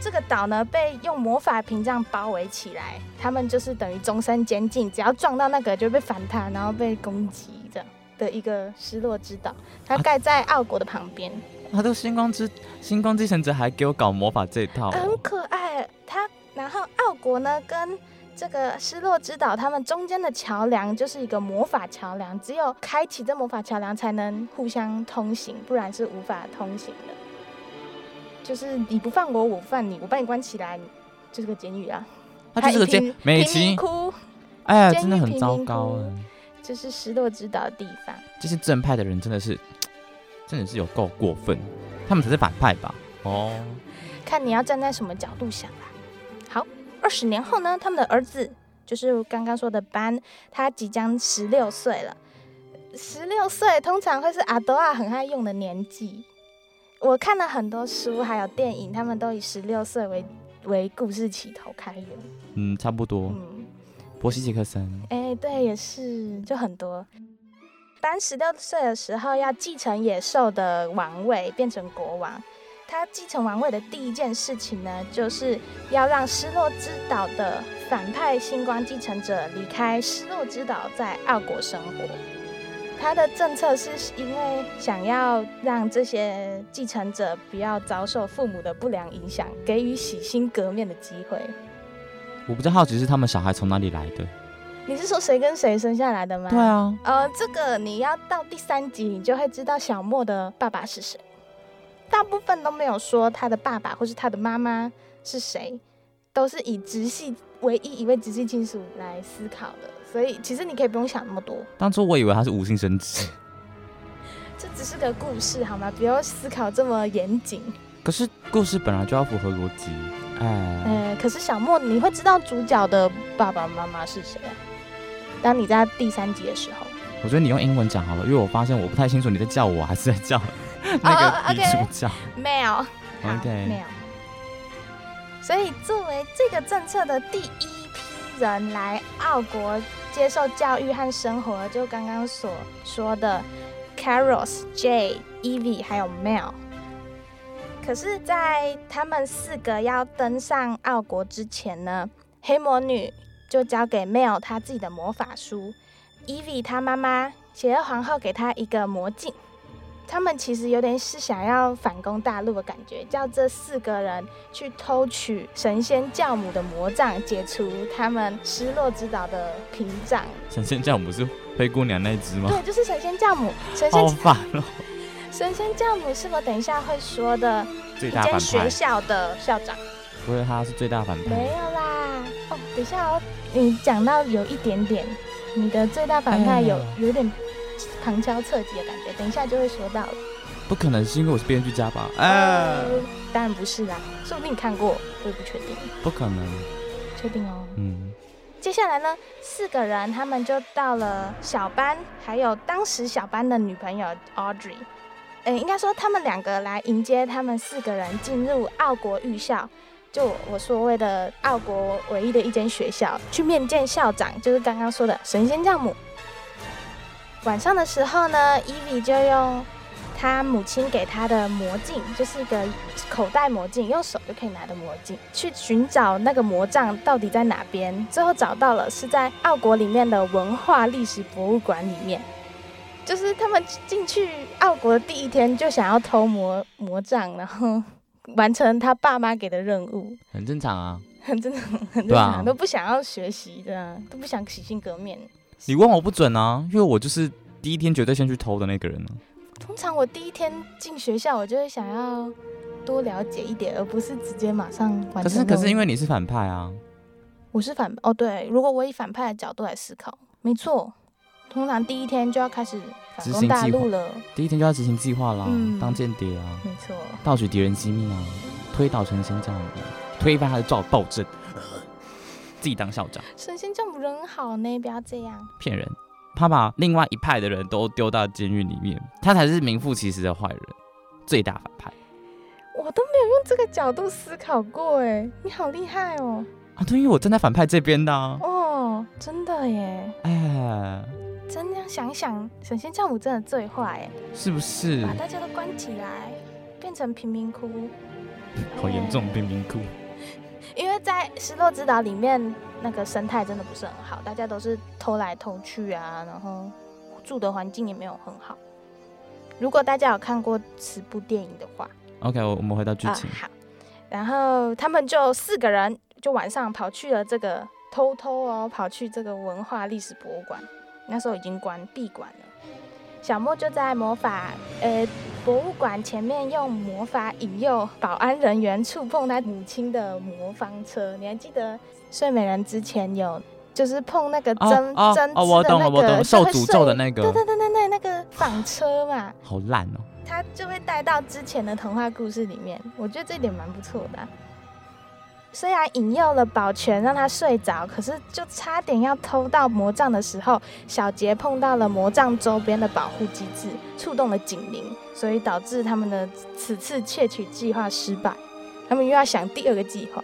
Speaker 3: 这个岛呢被用魔法屏障包围起来，他们就是等于终身监禁，只要撞到那个就被反弹，然后被攻击这样的一个失落之岛。它
Speaker 2: 啊
Speaker 3: 盖在奥国的旁边。
Speaker 2: 他都星光之星光继承者还给我搞魔法这一套、
Speaker 3: 很
Speaker 2: 哦，
Speaker 3: 可爱。它然后奥国呢跟这个失落之岛，他们中间的桥梁就是一个魔法桥梁，只有开启这魔法桥梁才能互相通行，不然是无法通行的。就是你不放我，我不放你，我把你关起来，你就是个监狱啊。
Speaker 2: 他就是个
Speaker 3: 还有
Speaker 2: 监
Speaker 3: 平
Speaker 2: 美
Speaker 3: 贫民
Speaker 2: 琪，
Speaker 3: 窟
Speaker 2: 哎，
Speaker 3: 监狱
Speaker 2: 真的很糟
Speaker 3: 贫
Speaker 2: 糕
Speaker 3: 民窟
Speaker 2: 哎。
Speaker 3: 就是失落之岛的地方。
Speaker 2: 这些正派的人真的是，真的是有够过分，他们才是反派吧？哦，
Speaker 3: 看你要站在什么角度想啦、啊好，二十年后呢，他们的儿子就是刚刚说的班，他即将十六岁了。十六岁通常会是阿多啊很爱用的年纪。我看了很多书还有电影，他们都以十六岁为为故事起头开源。
Speaker 2: 嗯，差不多。
Speaker 3: 嗯，
Speaker 2: 波西·杰克森，
Speaker 3: 哎、对，也是，就很多。班十六岁的时候要继承野兽的王位，变成国王。他继承王位的第一件事情呢，就是要让失落之岛的反派星光继承者离开失落之岛，在奥国生活。他的政策是因为想要让这些继承者不要遭受父母的不良影响，给予洗心革面的机会。
Speaker 2: 我比较好奇是他们小孩从哪里来的。
Speaker 3: 你是说谁跟谁生下来的吗？
Speaker 2: 对。啊，
Speaker 3: 呃，这个你要到第三集，你就会知道小莫的爸爸是谁。大部分都没有说他的爸爸或是他的妈妈是谁，都是以直系唯一一位直系亲属来思考的，所以其实你可以不用想那么多，
Speaker 2: 当初我以为他是无性生殖，
Speaker 3: 这只是个故事好吗？不要思考这么严谨。
Speaker 2: 可是故事本来就要符合逻辑。哎，
Speaker 3: 呃，可是小莫，你会知道主角的爸爸妈妈是谁啊？当你在第三集的时候，
Speaker 2: 我觉得你用英文讲好了，因为我发现我不太清楚你在叫我还是在叫
Speaker 3: 哦
Speaker 2: 那个女
Speaker 3: ，OK
Speaker 2: 主角。
Speaker 3: 没有。好
Speaker 2: OK
Speaker 3: 没有。所以，作为这个政策的第一批人来澳国接受教育和生活，就刚刚所说的 Caros、J、Evie 还有 Mel。可是，在他们四个要登上澳国之前呢，黑魔女就交给 Mel 她自己的魔法书，Evie 她妈妈邪恶皇后给她一个魔镜。他们其实有点是想要反攻大陆的感觉，叫这四个人去偷取神仙教母的魔杖，解除他们失落之岛的屏障。
Speaker 2: 神仙教母是灰姑娘那一只吗？
Speaker 3: 对，就是神仙教母。神仙、
Speaker 2: 好烦哦，
Speaker 3: 神仙教母是我等一下会说的
Speaker 2: 最
Speaker 3: 一
Speaker 2: 大反
Speaker 3: 间学
Speaker 2: 派。
Speaker 3: 校的校长。
Speaker 2: 不会，他是最大反
Speaker 3: 没
Speaker 2: 派。
Speaker 3: 有啦，哦，等一下哦，你讲到有一点点，你的最大反派有
Speaker 2: 哎
Speaker 3: 有点旁敲侧击的感觉，等一下就会说到了。
Speaker 2: 不可能是因为我是编剧家吧？
Speaker 3: 哦
Speaker 2: 哎，
Speaker 3: 当然不是啦，说不定你看过，我也不确定，
Speaker 2: 不可能。
Speaker 3: 确定哦。
Speaker 2: 嗯，
Speaker 3: 接下来呢，四个人他们就到了小班，还有当时小班的女朋友 Audrey。嗯，应该说他们两个来迎接他们四个人进入奥国预校，就我所谓的奥国唯一的一间学校，去面见校长，就是刚刚说的神仙教母。晚上的时候呢，Evie 就用她母亲给她的魔镜，就是一个口袋魔镜，用手就可以拿的魔镜，去寻找那个魔杖到底在哪边。最后找到了，是在奥国里面的文化历史博物馆里面。就是他们进去奥国的第一天就想要偷魔魔杖，然后完成他爸妈给的任务，
Speaker 2: 很正常啊。
Speaker 3: 很真的很正
Speaker 2: 对啊
Speaker 3: 常，都不想要学习的，都不想洗心革面。
Speaker 2: 你问我不准啊，因为我就是第一天绝对先去偷的那个人啊。
Speaker 3: 通常我第一天进学校，我就会想要多了解一点，而不是直接马上完成任务。
Speaker 2: 可是可是因为你是反派啊，
Speaker 3: 我是反哦，对，如果我以反派的角度来思考，没错，通常第一天就要开始反
Speaker 2: 执
Speaker 3: 攻
Speaker 2: 行
Speaker 3: 大
Speaker 2: 计划
Speaker 3: 陆了，
Speaker 2: 第一天就要执行计划啦，
Speaker 3: 嗯
Speaker 2: 当间谍啊，
Speaker 3: 没错。
Speaker 2: 盗取敌人机密啊，推倒神仙教母，推翻他的暴暴政， 自己当校长，
Speaker 3: 神仙教母人很好呢，不要这样。
Speaker 2: 骗人。他把另外一派的人都丢到监狱里面，他才是名副其实的坏人，最大反派
Speaker 3: 我都没有用这个角度思考过，哎，你好厉害哦！
Speaker 2: 啊！对，因为我站在反派这边的、啊，
Speaker 3: 哦，真的耶，
Speaker 2: 哎，
Speaker 3: 真的想一想，神仙教母真的最坏，哎，
Speaker 2: 是不是
Speaker 3: 把大家都关起来，变成贫民窟。
Speaker 2: 好严
Speaker 3: 哎
Speaker 2: 重？冰冰库，
Speaker 3: 因为在失落之岛里面，那个生态真的不是很好，大家都是偷来偷去啊，然后住的环境也没有很好。如果大家有看过此部电影的话，
Speaker 2: OK，我我们回到剧
Speaker 3: 啊
Speaker 2: 情，哦
Speaker 3: 好，然后他们就四个人就晚上跑去了这个偷偷哦，跑去这个文化历史博物馆，那时候已经关闭馆了。小莫就在魔法呃博物馆前面用魔法引诱保安人员触碰他母亲的魔方车，你还记得呃睡美人之前有就是碰那个
Speaker 2: 哦
Speaker 3: 针
Speaker 2: 哦
Speaker 3: 针
Speaker 2: 哦我
Speaker 3: 织的
Speaker 2: 懂了
Speaker 3: 那
Speaker 2: 我懂了
Speaker 3: 个
Speaker 2: 受
Speaker 3: 就会
Speaker 2: 诅
Speaker 3: 睡
Speaker 2: 咒的那个
Speaker 3: 对对对对对，那 个纺车嘛。
Speaker 2: 好烂哦。
Speaker 3: 他就被带到之前的童话故事里面，我觉得这点蛮不错的啊、虽然引诱了保全让他睡着，可是就差点要偷到魔杖的时候，小杰碰到了魔杖周边的保护机制，触动了警铃，所以导致他们的此次窃取计划失败。他们又要想第二个计划。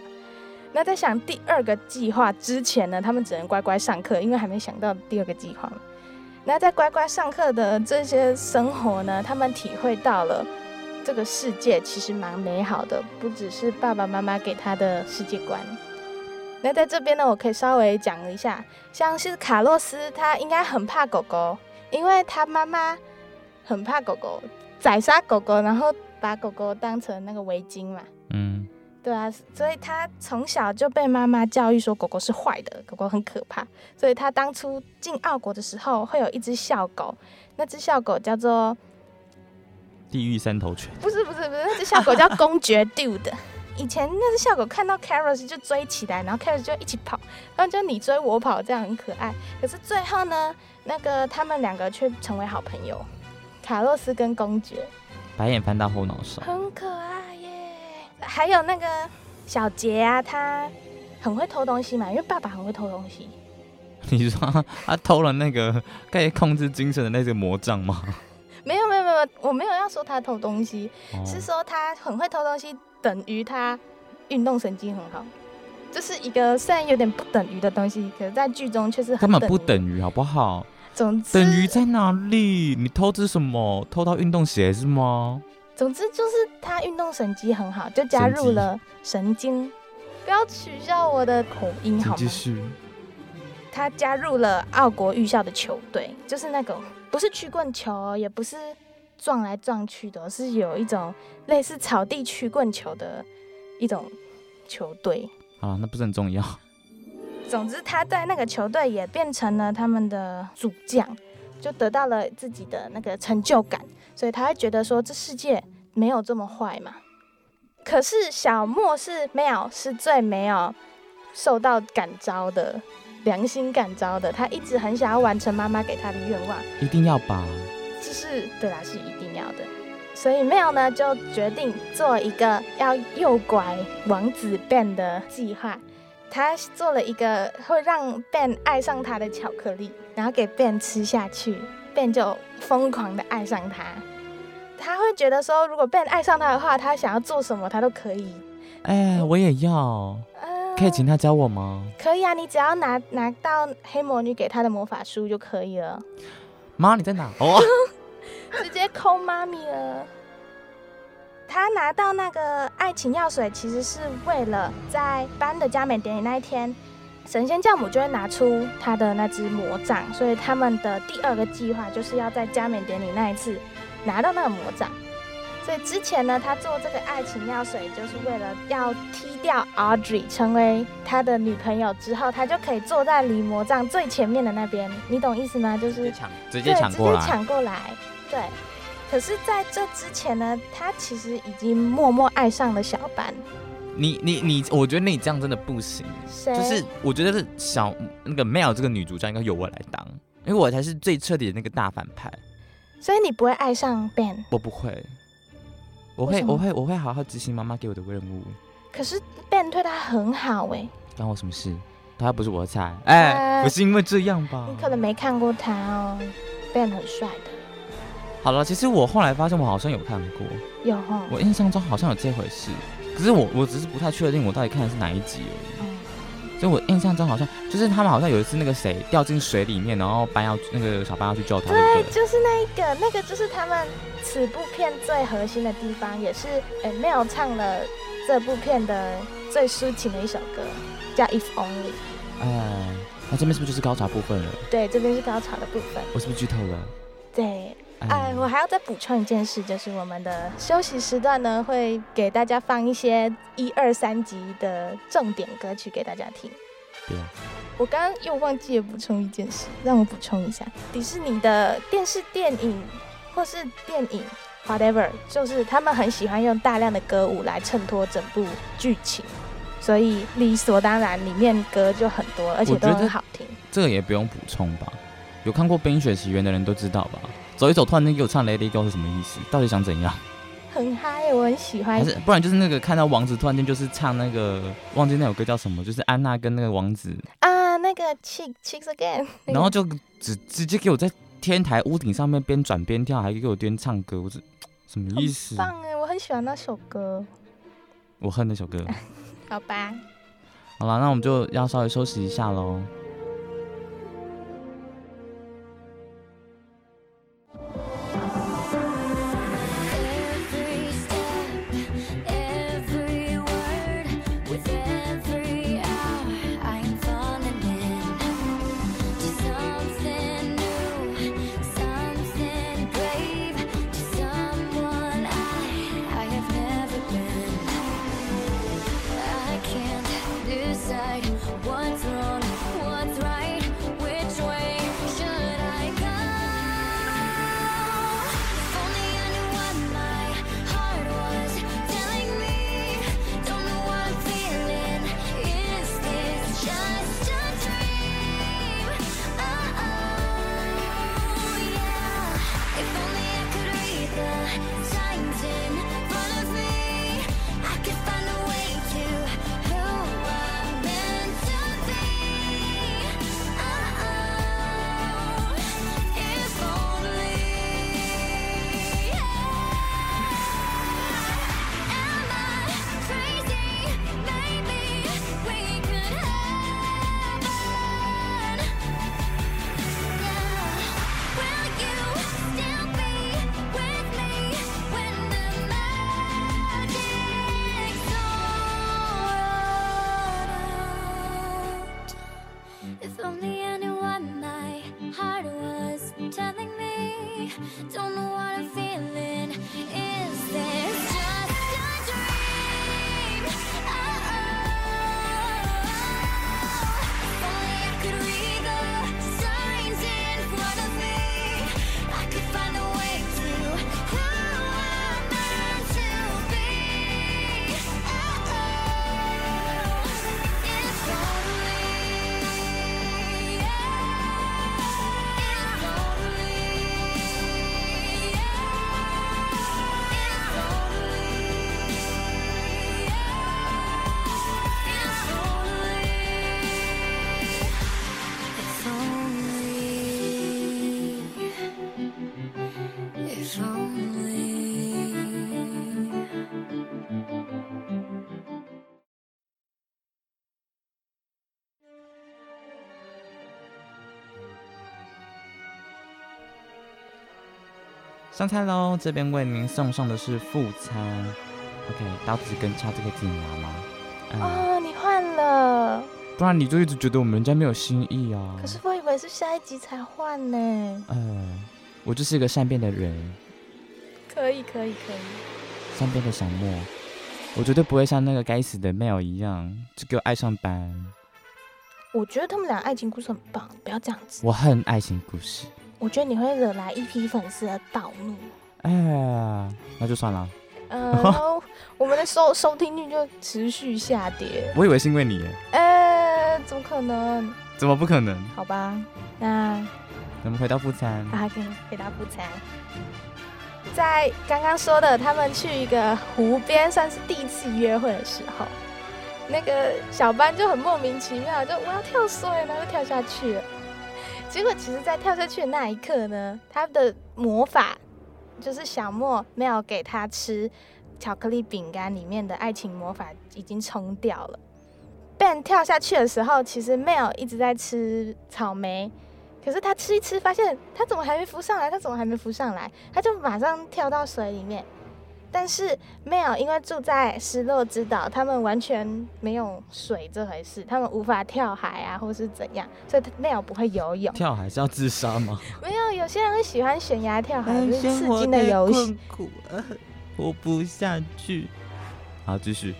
Speaker 3: 那在想第二个计划之前呢，他们只能乖乖上课，因为还没想到第二个计划嘛。那在乖乖上课的这些生活呢，他们体会到了这个世界其实蛮美好的，不只是爸爸妈妈给他的世界观。那在这边呢，我可以稍微讲一下，像是卡洛斯，他应该很怕狗狗，因为他妈妈很怕狗狗，宰杀狗狗，然后把狗狗当成那个围巾嘛。
Speaker 2: 嗯，
Speaker 3: 对啊，所以他从小就被妈妈教育说狗狗是坏的，狗狗很可怕。所以他当初进澳国的时候，会有一只校狗，那只校狗叫做
Speaker 2: 地狱三头犬，
Speaker 3: 不是不是不是，那只校狗叫公爵 Dude。以 前那只校狗看到 Caros 就追起来，然后 Caros 就一起跑，然后就你追我跑，这样很可爱。可是最后呢，那个他们两个却成为好朋友，卡洛斯跟公爵，
Speaker 2: 白眼翻到后脑勺。
Speaker 3: 很可爱耶。还有那个小杰啊，他很会偷东西嘛，因为爸爸很会偷东西。
Speaker 2: 你说他他偷了那个 可以控制精神的那个魔杖吗？
Speaker 3: 没有没有没有，我没有要说他偷东西，
Speaker 2: 哦
Speaker 3: 是说他很会偷东西，等于他运动神经很好。这是一个虽然有点不等于的东西，可是在剧中却是很
Speaker 2: 根本不
Speaker 3: 等于。
Speaker 2: 等于，好不好？
Speaker 3: 总之，
Speaker 2: 等于在哪里？你偷吃什么？偷到运动鞋是吗？
Speaker 3: 总之就是他运动神经很好，就加入了神经。不要取笑我的口音
Speaker 2: 请
Speaker 3: 好
Speaker 2: 继
Speaker 3: 吗？
Speaker 2: 续。
Speaker 3: 他加入了奥国预校的球队，就是那种不是曲棍球哦，也不是撞来撞去的哦，是有一种类似草地曲棍球的一种球队。
Speaker 2: 好了，那不是很重要。
Speaker 3: 总之，他在那个球队也变成了他们的主将，就得到了自己的那个成就感，所以他会觉得说这世界没有这么坏嘛。可是小莫是没有，是最没有受到感召的，良心感召的。他一直很想要完成妈妈给他的愿望，
Speaker 2: 一定要吧？
Speaker 3: 这是对啦，是一定要的。所以妙呢就决定做一个要诱拐王子 Ben 的计划。他做了一个会让 Ben 爱上他的巧克力，然后给 Ben 吃下去，Ben 就疯狂的爱上他。他会觉得说，如果 Ben 爱上他的话，他想要做什么他都可以。
Speaker 2: 哎、我也要，
Speaker 3: 嗯
Speaker 2: 可以请他教我吗？
Speaker 3: 可以啊，你只要拿拿到黑魔女给他的魔法书就可以了，
Speaker 2: 妈，你在 哪？哦，
Speaker 3: 直接抠妈咪了。他拿到那个爱情药水，其实是为了在班的加冕典礼那一天，神仙教母就会拿出他的那只魔杖，所以他们的第二个计划就是要在加冕典礼那一次拿到那个魔杖。所以之前呢，他做这个爱情药水，就是为了要踢掉 Audrey 成为他的女朋友之后，他就可以坐在离魔杖最前面的那边，你懂意思吗？就是
Speaker 2: 抢，直
Speaker 3: 对，直接抢过来，对。可是在这之前呢，他其实已经默默爱上了小班，
Speaker 2: 你你你，我觉得你这样真的不行。
Speaker 3: 谁？
Speaker 2: 就是我觉得是小那个 Mel 这个女主角应该由我来当，因为我才是最彻底的那个大反派。
Speaker 3: 所以你不会爱上 Ben，
Speaker 2: 我不会，我
Speaker 3: 为
Speaker 2: 会
Speaker 3: 什么
Speaker 2: 我会我会好好执行妈妈给我的任务，
Speaker 3: 可是 Ben 对他很好哎、
Speaker 2: 关我什么事？他不是我的菜，哎、
Speaker 3: 哎
Speaker 2: 不是因为这样吧
Speaker 3: 你？可能没看过他哦，Ben 很帅的，
Speaker 2: 好了，其实我后来发现我好像有看过，
Speaker 3: 有哦。
Speaker 2: 我印象中好像有这回事，可是我我只是不太确定我到底看的是哪一集而
Speaker 3: 嗯
Speaker 2: 已。所以我印象中好像就是他们好像有一次那个谁掉进水里面，然后班要那个小班要去救他，对
Speaker 3: 对
Speaker 2: 不，对？
Speaker 3: 就是那一个，那个就是他们此部片最核心的地方，也是诶 Mel 唱了这部片的最抒情的一首歌，叫《If Only》。
Speaker 2: 哎，那、这边是不是就是高潮部分了？
Speaker 3: 对，这边是高潮的部分。
Speaker 2: 我是不是剧透了？
Speaker 3: 对，
Speaker 2: 哎
Speaker 3: 哎，我还要再补充一件事，就是我们的休息时段呢，会给大家放一些一二三集的重点歌曲给大家听。
Speaker 2: 对啊，
Speaker 3: 我刚刚又忘记了补充一件事，让我补充一下，迪士尼的电视电影或是电影 whatever，就是他们很喜欢用大量的歌舞来衬托整部剧情，所以理所当然里面歌就很多，而且
Speaker 2: 我觉
Speaker 3: 都
Speaker 2: 得
Speaker 3: 很好听。
Speaker 2: 这个也不用补充吧？有看过《冰雪奇缘》的人都知道吧？走一走，突然间给我唱《Lady Go》是什么意思？到底想怎样？
Speaker 3: 很嗨，我很喜欢
Speaker 2: 还。是不然就是那个看到王子突然间就是唱那个忘记那首歌叫什么，就是安娜跟那个王子，
Speaker 3: 啊，那个 Chick Chicks Again，那个
Speaker 2: 然后就直直接给我在天台屋顶上面边转边跳，还给我边唱歌，我是什么意思？
Speaker 3: 棒哎，我很喜欢那首歌。
Speaker 2: 我恨那首歌。
Speaker 3: 好吧，
Speaker 2: 好了，那我们就要稍微休息一下喽。上菜喽！这边为您送上的是副餐。OK，刀子跟叉子可以自己拿吗？嗯，
Speaker 3: 哦，你换了，
Speaker 2: 不然你就一直觉得我们人家没有新意啊。
Speaker 3: 可是，我以为是下一集才换呢。
Speaker 2: 呃，我就是一个善变的人，
Speaker 3: 可以，可以，可以。
Speaker 2: 善变的小莫，我绝对不会像那个该死的 Mel 一样，只给我爱上班。
Speaker 3: 我觉得他们俩爱情故事很棒，不要这样子。
Speaker 2: 我恨爱情故事。
Speaker 3: 我觉得你会惹来一批粉丝的暴怒。
Speaker 2: 哎呀，那就算了。
Speaker 3: 呃，然后我们的收收听率就持续下跌。
Speaker 2: 我以为是因为你耶，
Speaker 3: 呃，怎么可能？
Speaker 2: 怎么不可能？
Speaker 3: 好吧，那
Speaker 2: 我们回到副餐。
Speaker 3: 啊，可以回答不餐。在刚刚说的，他们去一个湖边，算是第一次约会的时候，那个小班就很莫名其妙，就我要跳水，然后就跳下去了。结果其实，在跳下去的那一刻呢，他的魔法就是小莫没有给他吃巧克力饼干里面的爱情魔法已经冲掉了。Ben 跳下去的时候，其实 Mel 一直在吃草莓，可是他吃一吃，发现他怎么还没浮上来？他怎么还没浮上来？他就马上跳到水里面。但是 Mel 因为住在失落之岛，他们完全没有水这回事，他们无法跳海啊，或是怎样，所以 Mel 不会游泳。
Speaker 2: 跳海是要自杀 吗？
Speaker 3: 没有，有些人会喜欢悬崖跳海，
Speaker 2: 哎
Speaker 3: 就是哎刺激的游戏。
Speaker 2: 苦，活不下去。好，继续。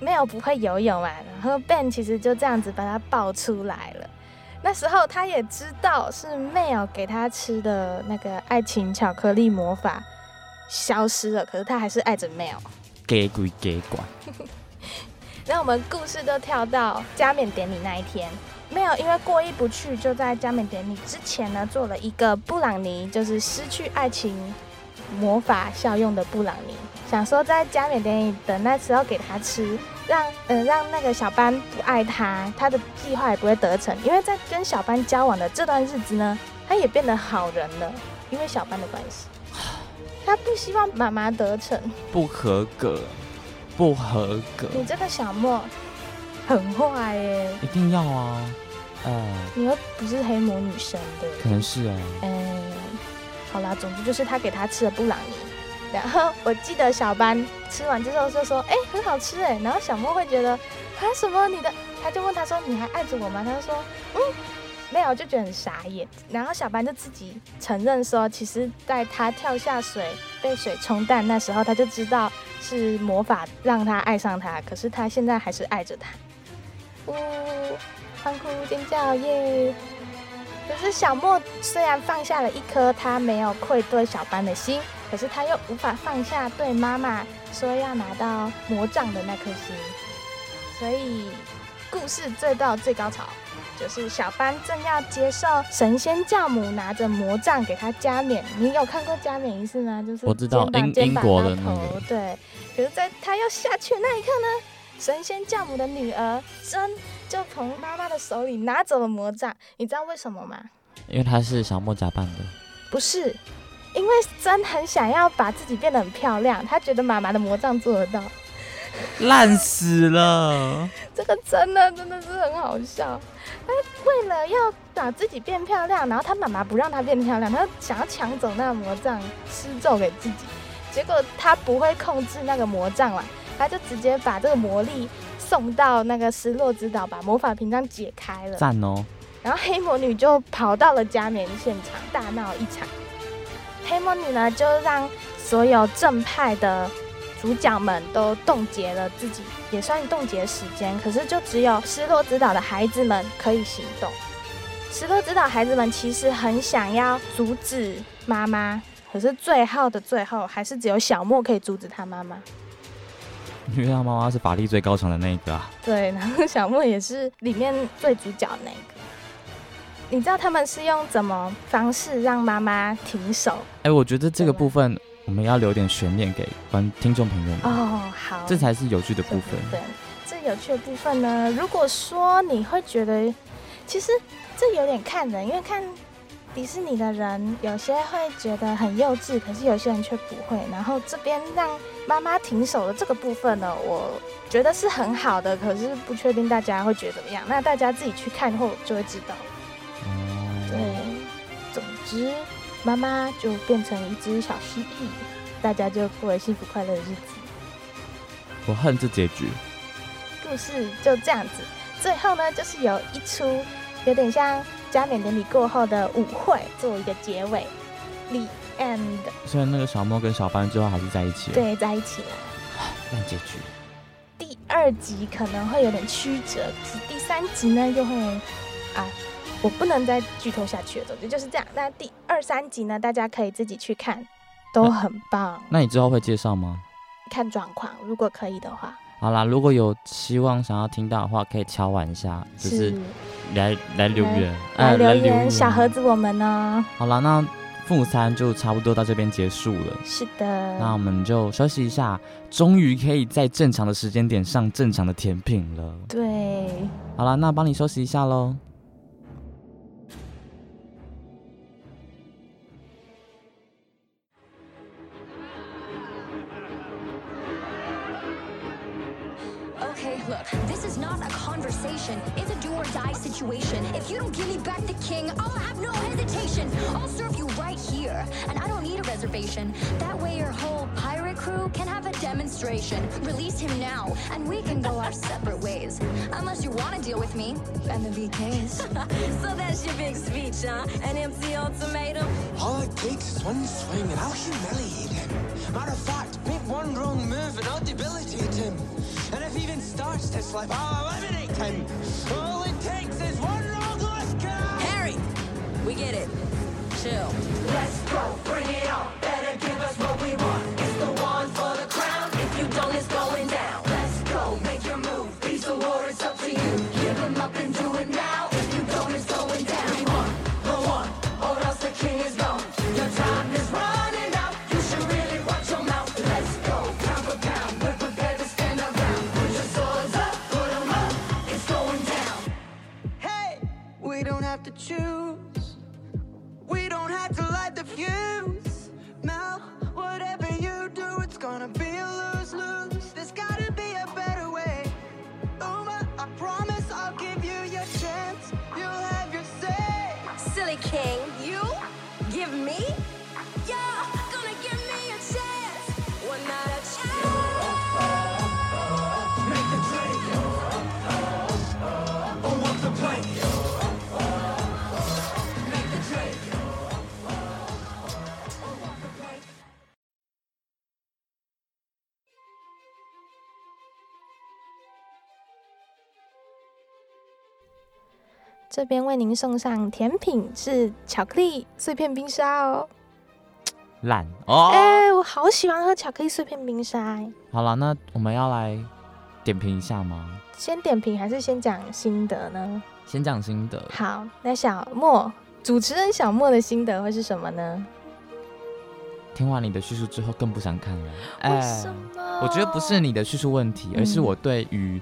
Speaker 3: 没有不会游泳啊，然后 Ben 其实就这样子把他抱出来了。那时候他也知道是 Mel 给他吃的那个爱情巧克力魔法消失了，可是他还是爱着 Mel。
Speaker 2: 给鬼给管。
Speaker 3: 那我们故事都跳到加冕典礼那一天，没有因为过意不去，就在加冕典礼之前呢，做了一个布朗尼，就是失去爱情魔法效用的布朗尼，想说在加冕典礼的那时候给他吃，让嗯、呃、让那个小班不爱他，他的计划也不会得逞，因为在跟小班交往的这段日子呢，他也变得好人了，因为小班的关系，他不希望妈妈得逞。
Speaker 2: 不合格，不合格，
Speaker 3: 你这个小莫很坏耶。
Speaker 2: 一定要啊！呃，
Speaker 3: 你又不是黑魔女神
Speaker 2: 可
Speaker 3: 的，
Speaker 2: 能是哎、
Speaker 3: 嗯，好啦，总之就是他给他吃了布朗尼，然后我记得小班吃完之后就说，哎、很好吃哎，然后小莫会觉得，啊什么你的，他就问他说你还爱着我吗？他就说，嗯，没有，就觉得很傻眼，然后小班嗯就自己承认说，其实在他跳下水被水冲淡那时候，他就知道是魔法让他爱上他，可是他现在还是爱着他，呜、欢呼尖叫耶！ 可是小莫虽然放下了一颗他没有愧对小班的心，可是他又无法放下对妈妈说要拿到魔杖的那颗心，所以故事最到最高潮。就是小班正要接受神仙教母拿着魔杖给他加冕，你有看过加冕仪式吗？就是
Speaker 2: 我知道
Speaker 3: 肩膀
Speaker 2: 英
Speaker 3: 肩膀
Speaker 2: 英国
Speaker 3: 到
Speaker 2: 的那
Speaker 3: 头
Speaker 2: 个
Speaker 3: 对。可是，在他要下去的那一刻呢，神仙教母的女儿真就从妈妈的手里拿走了魔杖，你知道为什么吗？
Speaker 2: 因为他是小莫假扮的。
Speaker 3: 不是，因为真很想要把自己变得很漂亮，她觉得妈妈的魔杖做得到。
Speaker 2: 烂死了！
Speaker 3: 这个真的真的是很好笑。她为了要把自己变漂亮，然后她妈妈不让她变漂亮，她想要抢走那个魔杖，施咒给自己。结果她不会控制那个魔杖啦，她就直接把这个魔力送到那个失落之岛，把魔法屏障解开了。
Speaker 2: 赞哦！
Speaker 3: 然后黑魔女就跑到了加冕现场，大闹一场。黑魔女呢，就让所有正派的主角们都冻结了自己，也算冻结时间。可是就只有失落之岛的孩子们可以行动。失落之岛孩子们其实很想要阻止妈妈，可是最后的最后，还是只有小莫可以阻止他妈妈。
Speaker 2: 因为他妈妈是法力最高强的那一个啊。
Speaker 3: 对，然后小莫也是里面最主角那个。你知道他们是用怎么方式让妈妈停手？
Speaker 2: 哎、我觉得这个部分我们要留点悬念给观听众朋友们，
Speaker 3: 哦，好，
Speaker 2: 这才是有趣的部分。
Speaker 3: 对，这有趣的部分呢，如果说你会觉得，其实这有点看人，因为看迪士尼的人，有些会觉得很幼稚，可是有些人却不会。然后这边让妈妈停手的这个部分呢，我觉得是很好的，可是不确定大家会觉得怎么样。那大家自己去看后就会知道。
Speaker 2: 哦
Speaker 3: 对，总之妈妈就变成一只小蜥蜴，大家就过了幸福快乐的日子。
Speaker 2: 我恨这结局。
Speaker 3: 故事就这样子。最后呢，就是有一出有点像加冕典礼过后的舞会作为一个结尾，The End，
Speaker 2: 虽然那个小莫跟小班最后还是在一起了，，
Speaker 3: 对，在一起了。
Speaker 2: 烂结局。
Speaker 3: 第二集可能会有点曲折，可是第三集呢又会啊，我不能再剧透下去了，总之就是这样。那第二三集呢，大家可以自己去看，都很棒，
Speaker 2: 那你之后会介绍吗？
Speaker 3: 看状况，如果可以的话，
Speaker 2: 好啦，如果有希望想要听到的话，可以敲完一下，就是来来留言，
Speaker 3: 来
Speaker 2: 哎
Speaker 3: 留言小盒。子我们呢、
Speaker 2: 好啦，那负三就差不多到这边结束了。
Speaker 3: 是
Speaker 2: 那我
Speaker 3: 的，
Speaker 2: 们就休息一下，终于可以在正常的时间点上正常的甜品了。
Speaker 3: 对。
Speaker 2: 好啦，那帮你休息一下喽。
Speaker 4: Okay, look, this is not a conversation. It's a do or die situation. If you don't give me back the king, I'll have no hesitation. I'll serve you right here, and I don't need a reservation. That way, your whole pirate crew can have a demonstration. Release him now, and we can go our separate ways. Unless you want to deal with me and the VKs.
Speaker 6: So that's your big speech, huh? An empty ultimatum?
Speaker 7: All it takes is one swing and I'll humiliate him. Matter of fact, make one wrong move and I'll debilitate him. And if he even starts to slip, I'll eliminate him. All it takes is one wrong look and I...
Speaker 6: Harry, we get it. Chill.
Speaker 7: Let's go, bring it on. Better give us what we want. It's the one for the crown. If you don't, it's going down. Let's go, make your move. Peace or war, it's up to you. Give him up and do it now. If you don't, it's going down. We want the one, or else the king is gone. Your time is running out. You should really watch your mouth. Let's go, pound for pound. We're prepared to stand around. Put your swords up, put 'em up. It's going down. Hey, we don't have to choose. We don't have to light the fuse. Now, whatever you do, it's gonna be a lose lose. There's gotta be a better way. Uma, I promise I'll give you your chance. You'll have your say.
Speaker 6: Silly king, you give me? You're gonna give me a chance. Well, not a chance.
Speaker 7: Make the trade. Or walk the plank. Make the trade.
Speaker 3: 这边为您送上甜品是巧克力碎片冰沙哦。
Speaker 2: 烂哦。
Speaker 3: 哎、我好喜欢喝巧克力碎片冰沙、哎
Speaker 2: 好了，那我们要来点评一下吗？
Speaker 3: 先点评还是先讲心得呢？
Speaker 2: 先讲心得，
Speaker 3: 好，那小莫主持人小莫的心得会是什么呢？
Speaker 2: 听完你的叙述之后，更不想看了。哎
Speaker 3: 为什么？
Speaker 2: 呃我觉得不是你的叙述问题，而是
Speaker 3: 嗯
Speaker 2: 我对于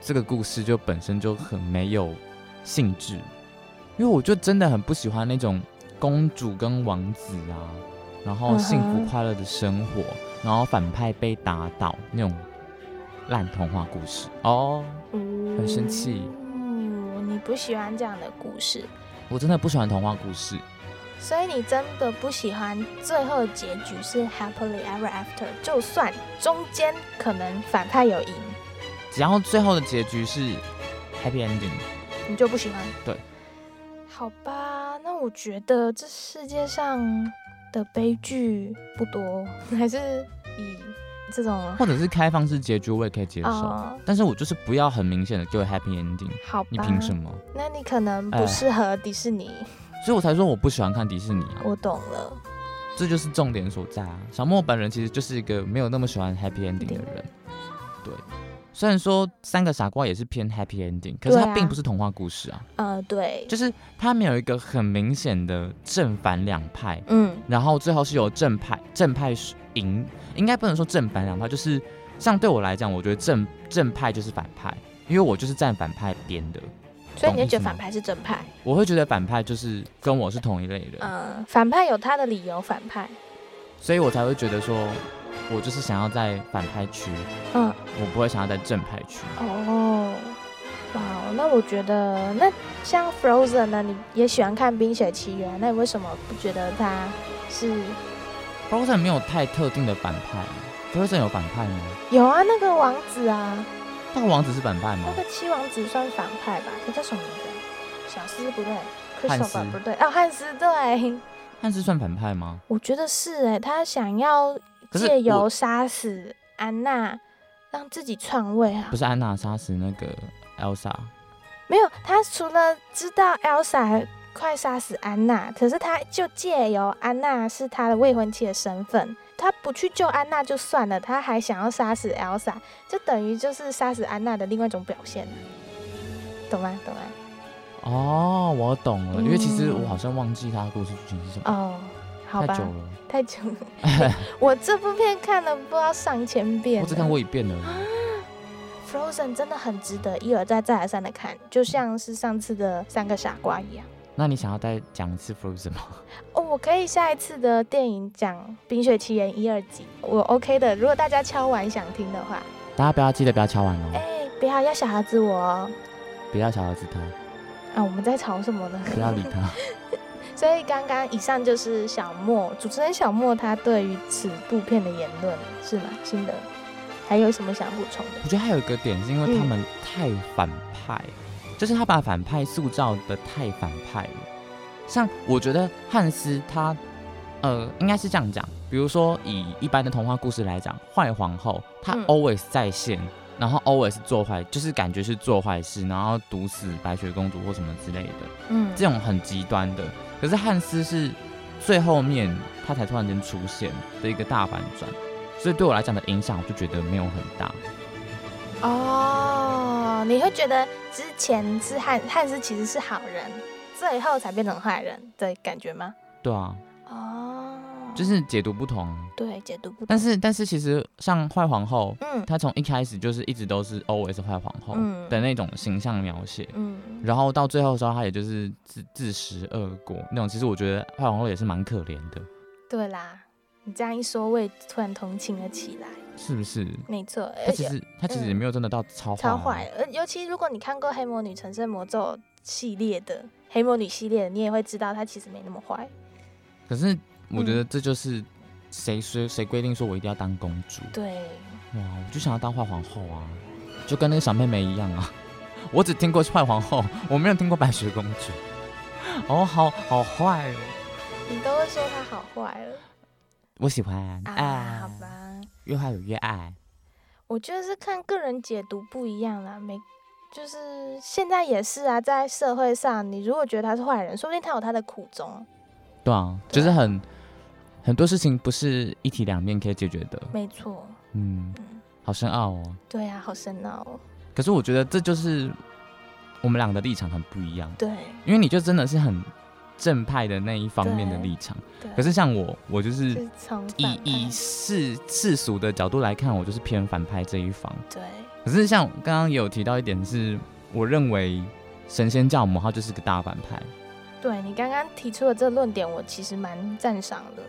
Speaker 2: 这个故事就本身就很没有兴致，因为我就真的很不喜欢那种公主跟王子啊，然后幸
Speaker 3: 嗯
Speaker 2: 福
Speaker 3: 哼
Speaker 2: 快乐的生活，然后反派被打倒那种烂童话故事哦。
Speaker 3: 嗯，
Speaker 2: 很生气
Speaker 3: 嗯，你不喜欢这样的故事，
Speaker 2: 我真的不喜欢童话故事，
Speaker 3: 所以你真的不喜欢最后结局是 happily ever after，就算中间可能反派有赢，
Speaker 2: 只要最后的结局是 happy ending，
Speaker 3: 你就不喜欢？
Speaker 2: 对。
Speaker 3: 好吧，那我觉得这世界上的悲剧不多， 还是以这种
Speaker 2: 或者是开放式结局，我也可以接受。
Speaker 3: 哦
Speaker 2: 但是我就是不要很明显的给我 happy ending，
Speaker 3: 好吧？
Speaker 2: 你凭什么？
Speaker 3: 那你可能
Speaker 2: 哎
Speaker 3: 不适合迪士尼，
Speaker 2: 所以我才说我不喜欢看迪士尼啊，
Speaker 3: 我懂了。
Speaker 2: 这就是重点所在啊。小莫本人其实就是一个没有那么喜欢 happy ending 的人，对。虽然说三个傻瓜也是偏 happy ending，可是
Speaker 3: 对
Speaker 2: 它
Speaker 3: 啊
Speaker 2: 并不是童话故事啊，
Speaker 3: 呃，对，
Speaker 2: 就是它没有一个很明显的正反两派，
Speaker 3: 嗯，
Speaker 2: 然后最后是由正派正派赢，应该不能说正反两派，就是像对我来讲，我觉得正正派就是反派，因为我就是站反派边的，
Speaker 3: 所以你
Speaker 2: 懂
Speaker 3: 就觉
Speaker 2: 意思
Speaker 3: 得
Speaker 2: 吗
Speaker 3: 反派是正派？
Speaker 2: 我会觉得反派就是跟我是同一类人，
Speaker 3: 呃，反派有他的理由，反派，
Speaker 2: 所以我才会觉得说，我就是想要在反派区，
Speaker 3: 嗯，
Speaker 2: 我不会想要在正派区。
Speaker 3: 哦，哇，那我觉得那像 Frozen 呢，你也喜欢看《冰雪奇缘》，那你为什么不觉得它是
Speaker 2: Frozen 没有太特定的反派，Frozen 有反派吗？
Speaker 3: 有啊？那个王子啊，
Speaker 2: 那个王子是反派吗
Speaker 3: 那？个七王子算反派吧？他叫什么名字啊？小斯不对
Speaker 2: 汉
Speaker 3: ，Christopher
Speaker 2: 斯
Speaker 3: 不对，哦，汉斯对，哎
Speaker 2: 汉斯算反派吗？
Speaker 3: 我觉得是哎、他想要
Speaker 2: 可是
Speaker 3: 借由
Speaker 2: 我
Speaker 3: 杀死安娜，让自己篡位啊
Speaker 2: 不。是安娜杀死那个 Elsa，
Speaker 3: 没有，他除了知道 Elsa 还快杀死安娜，可是他就借由安娜是他的未婚妻的身份，他不去救安娜就算了，他还想要杀死 Elsa，就等于就是杀死安娜的另外一种表现啊、懂吗？懂吗？
Speaker 2: 哦，我懂了，因为其实
Speaker 3: 嗯
Speaker 2: 我好像忘记他的故事剧情是什么，
Speaker 3: 哦，好
Speaker 2: 太
Speaker 3: 吧
Speaker 2: 久，了，
Speaker 3: 太久了。 我这部片看了不知道上千遍，
Speaker 2: 我只看。过一遍了。
Speaker 3: Frozen 真的很值得一而再再而三的看，就像是上次的三个傻瓜一样。
Speaker 2: 那你想要再讲一次 Frozen 吗？
Speaker 3: 哦，我可以下一次的电影讲《冰雪奇缘》一二集，我 OK 的。如果大家敲完想听的话，
Speaker 2: 大家不要记得不要敲完
Speaker 3: 哎、
Speaker 2: 哦，
Speaker 3: 不要要小孩子我哦。
Speaker 2: 不要小儿子他，
Speaker 3: 啊，我们在吵什么呢？
Speaker 2: 不要理他。
Speaker 3: 所以刚刚以上就是小莫主持人小莫他对于此部片的言论是吗？心得，还有什么想补充的？
Speaker 2: 我觉得还有一个点是因为他们太反派，就是他把反派塑造的太反派了。像我觉得汉斯他，呃，应该是这样讲，比如说以一般的童话故事来讲，坏皇后她
Speaker 3: 嗯
Speaker 2: always 在线，然后 always 做坏，就是感觉是做坏事，然后毒死白雪公主或什么之类的，
Speaker 3: 嗯
Speaker 2: 这种很极端的。可是汉斯是最后面他才突然间出现的一个大反转，所以对我来讲的影响，我就觉得没有很大。嗯
Speaker 3: 哦，你会觉得之前是汉汉斯其实是好人，最后才变成坏人的感觉吗？
Speaker 2: 对啊，
Speaker 3: 哦，
Speaker 2: 就是解读不同。
Speaker 3: 对解读不同，
Speaker 2: 但是但是其实像坏皇后，
Speaker 3: 嗯
Speaker 2: 她从一开始就是一直都是 always 坏皇后
Speaker 3: 嗯
Speaker 2: 的那种形象描写，
Speaker 3: 嗯
Speaker 2: 然后到最后的时候，她也就是自自食恶果那种。其实我觉得坏皇后也是蛮可怜的，
Speaker 3: 对啦，你这样一说，我也突然同情了起来。
Speaker 2: 是不是？
Speaker 3: 没错，
Speaker 2: 她
Speaker 3: 而
Speaker 2: 其
Speaker 3: 且嗯
Speaker 2: 实她其实也没有真的到超坏、啊，
Speaker 3: 超坏，而尤其如果你看过《黑魔女成圣魔咒》系列的《黑魔女》系列的，你也会知道她其实没那么坏。
Speaker 2: 可是我
Speaker 3: 嗯
Speaker 2: 觉得这就是谁谁谁规定说我一定要当公主，
Speaker 3: 对，
Speaker 2: 哇，我就想要当坏皇后啊，就跟那个小妹妹一样啊。 我只听过坏皇后，我没有听过白雪公主。 哦，好好坏哦，
Speaker 3: 你都会说她好坏了
Speaker 2: 我喜欢
Speaker 3: 啊
Speaker 2: 爱，
Speaker 3: 好吧，
Speaker 2: 越坏有越爱。
Speaker 3: 我觉得是看个人解读不一样啦，每就是现在也是啊，在社会上，你如果觉得他是坏人，说不定他有他的苦衷。
Speaker 2: 对啊，就是很很多事情不是一体两面可以解决的。
Speaker 3: 没错，
Speaker 2: 嗯，好深奥哦。
Speaker 3: 对啊，好深奥、哦。
Speaker 2: 可是我觉得这就是我们俩的立场很不一样，
Speaker 3: 对
Speaker 2: 因为你就真的是很正派的那一方面的
Speaker 3: 对
Speaker 2: 立场，
Speaker 3: 对，
Speaker 2: 可是像我，我就是
Speaker 3: 是从
Speaker 2: 以
Speaker 3: 反
Speaker 2: 以
Speaker 3: 派
Speaker 2: 世世俗的角度来看，我就是偏反派这一方。
Speaker 3: 对，
Speaker 2: 可是像刚刚也有提到一点是，我认为神仙教母她就是个大反派，
Speaker 3: 对你刚刚提出的这个论点，我其实蛮赞赏的，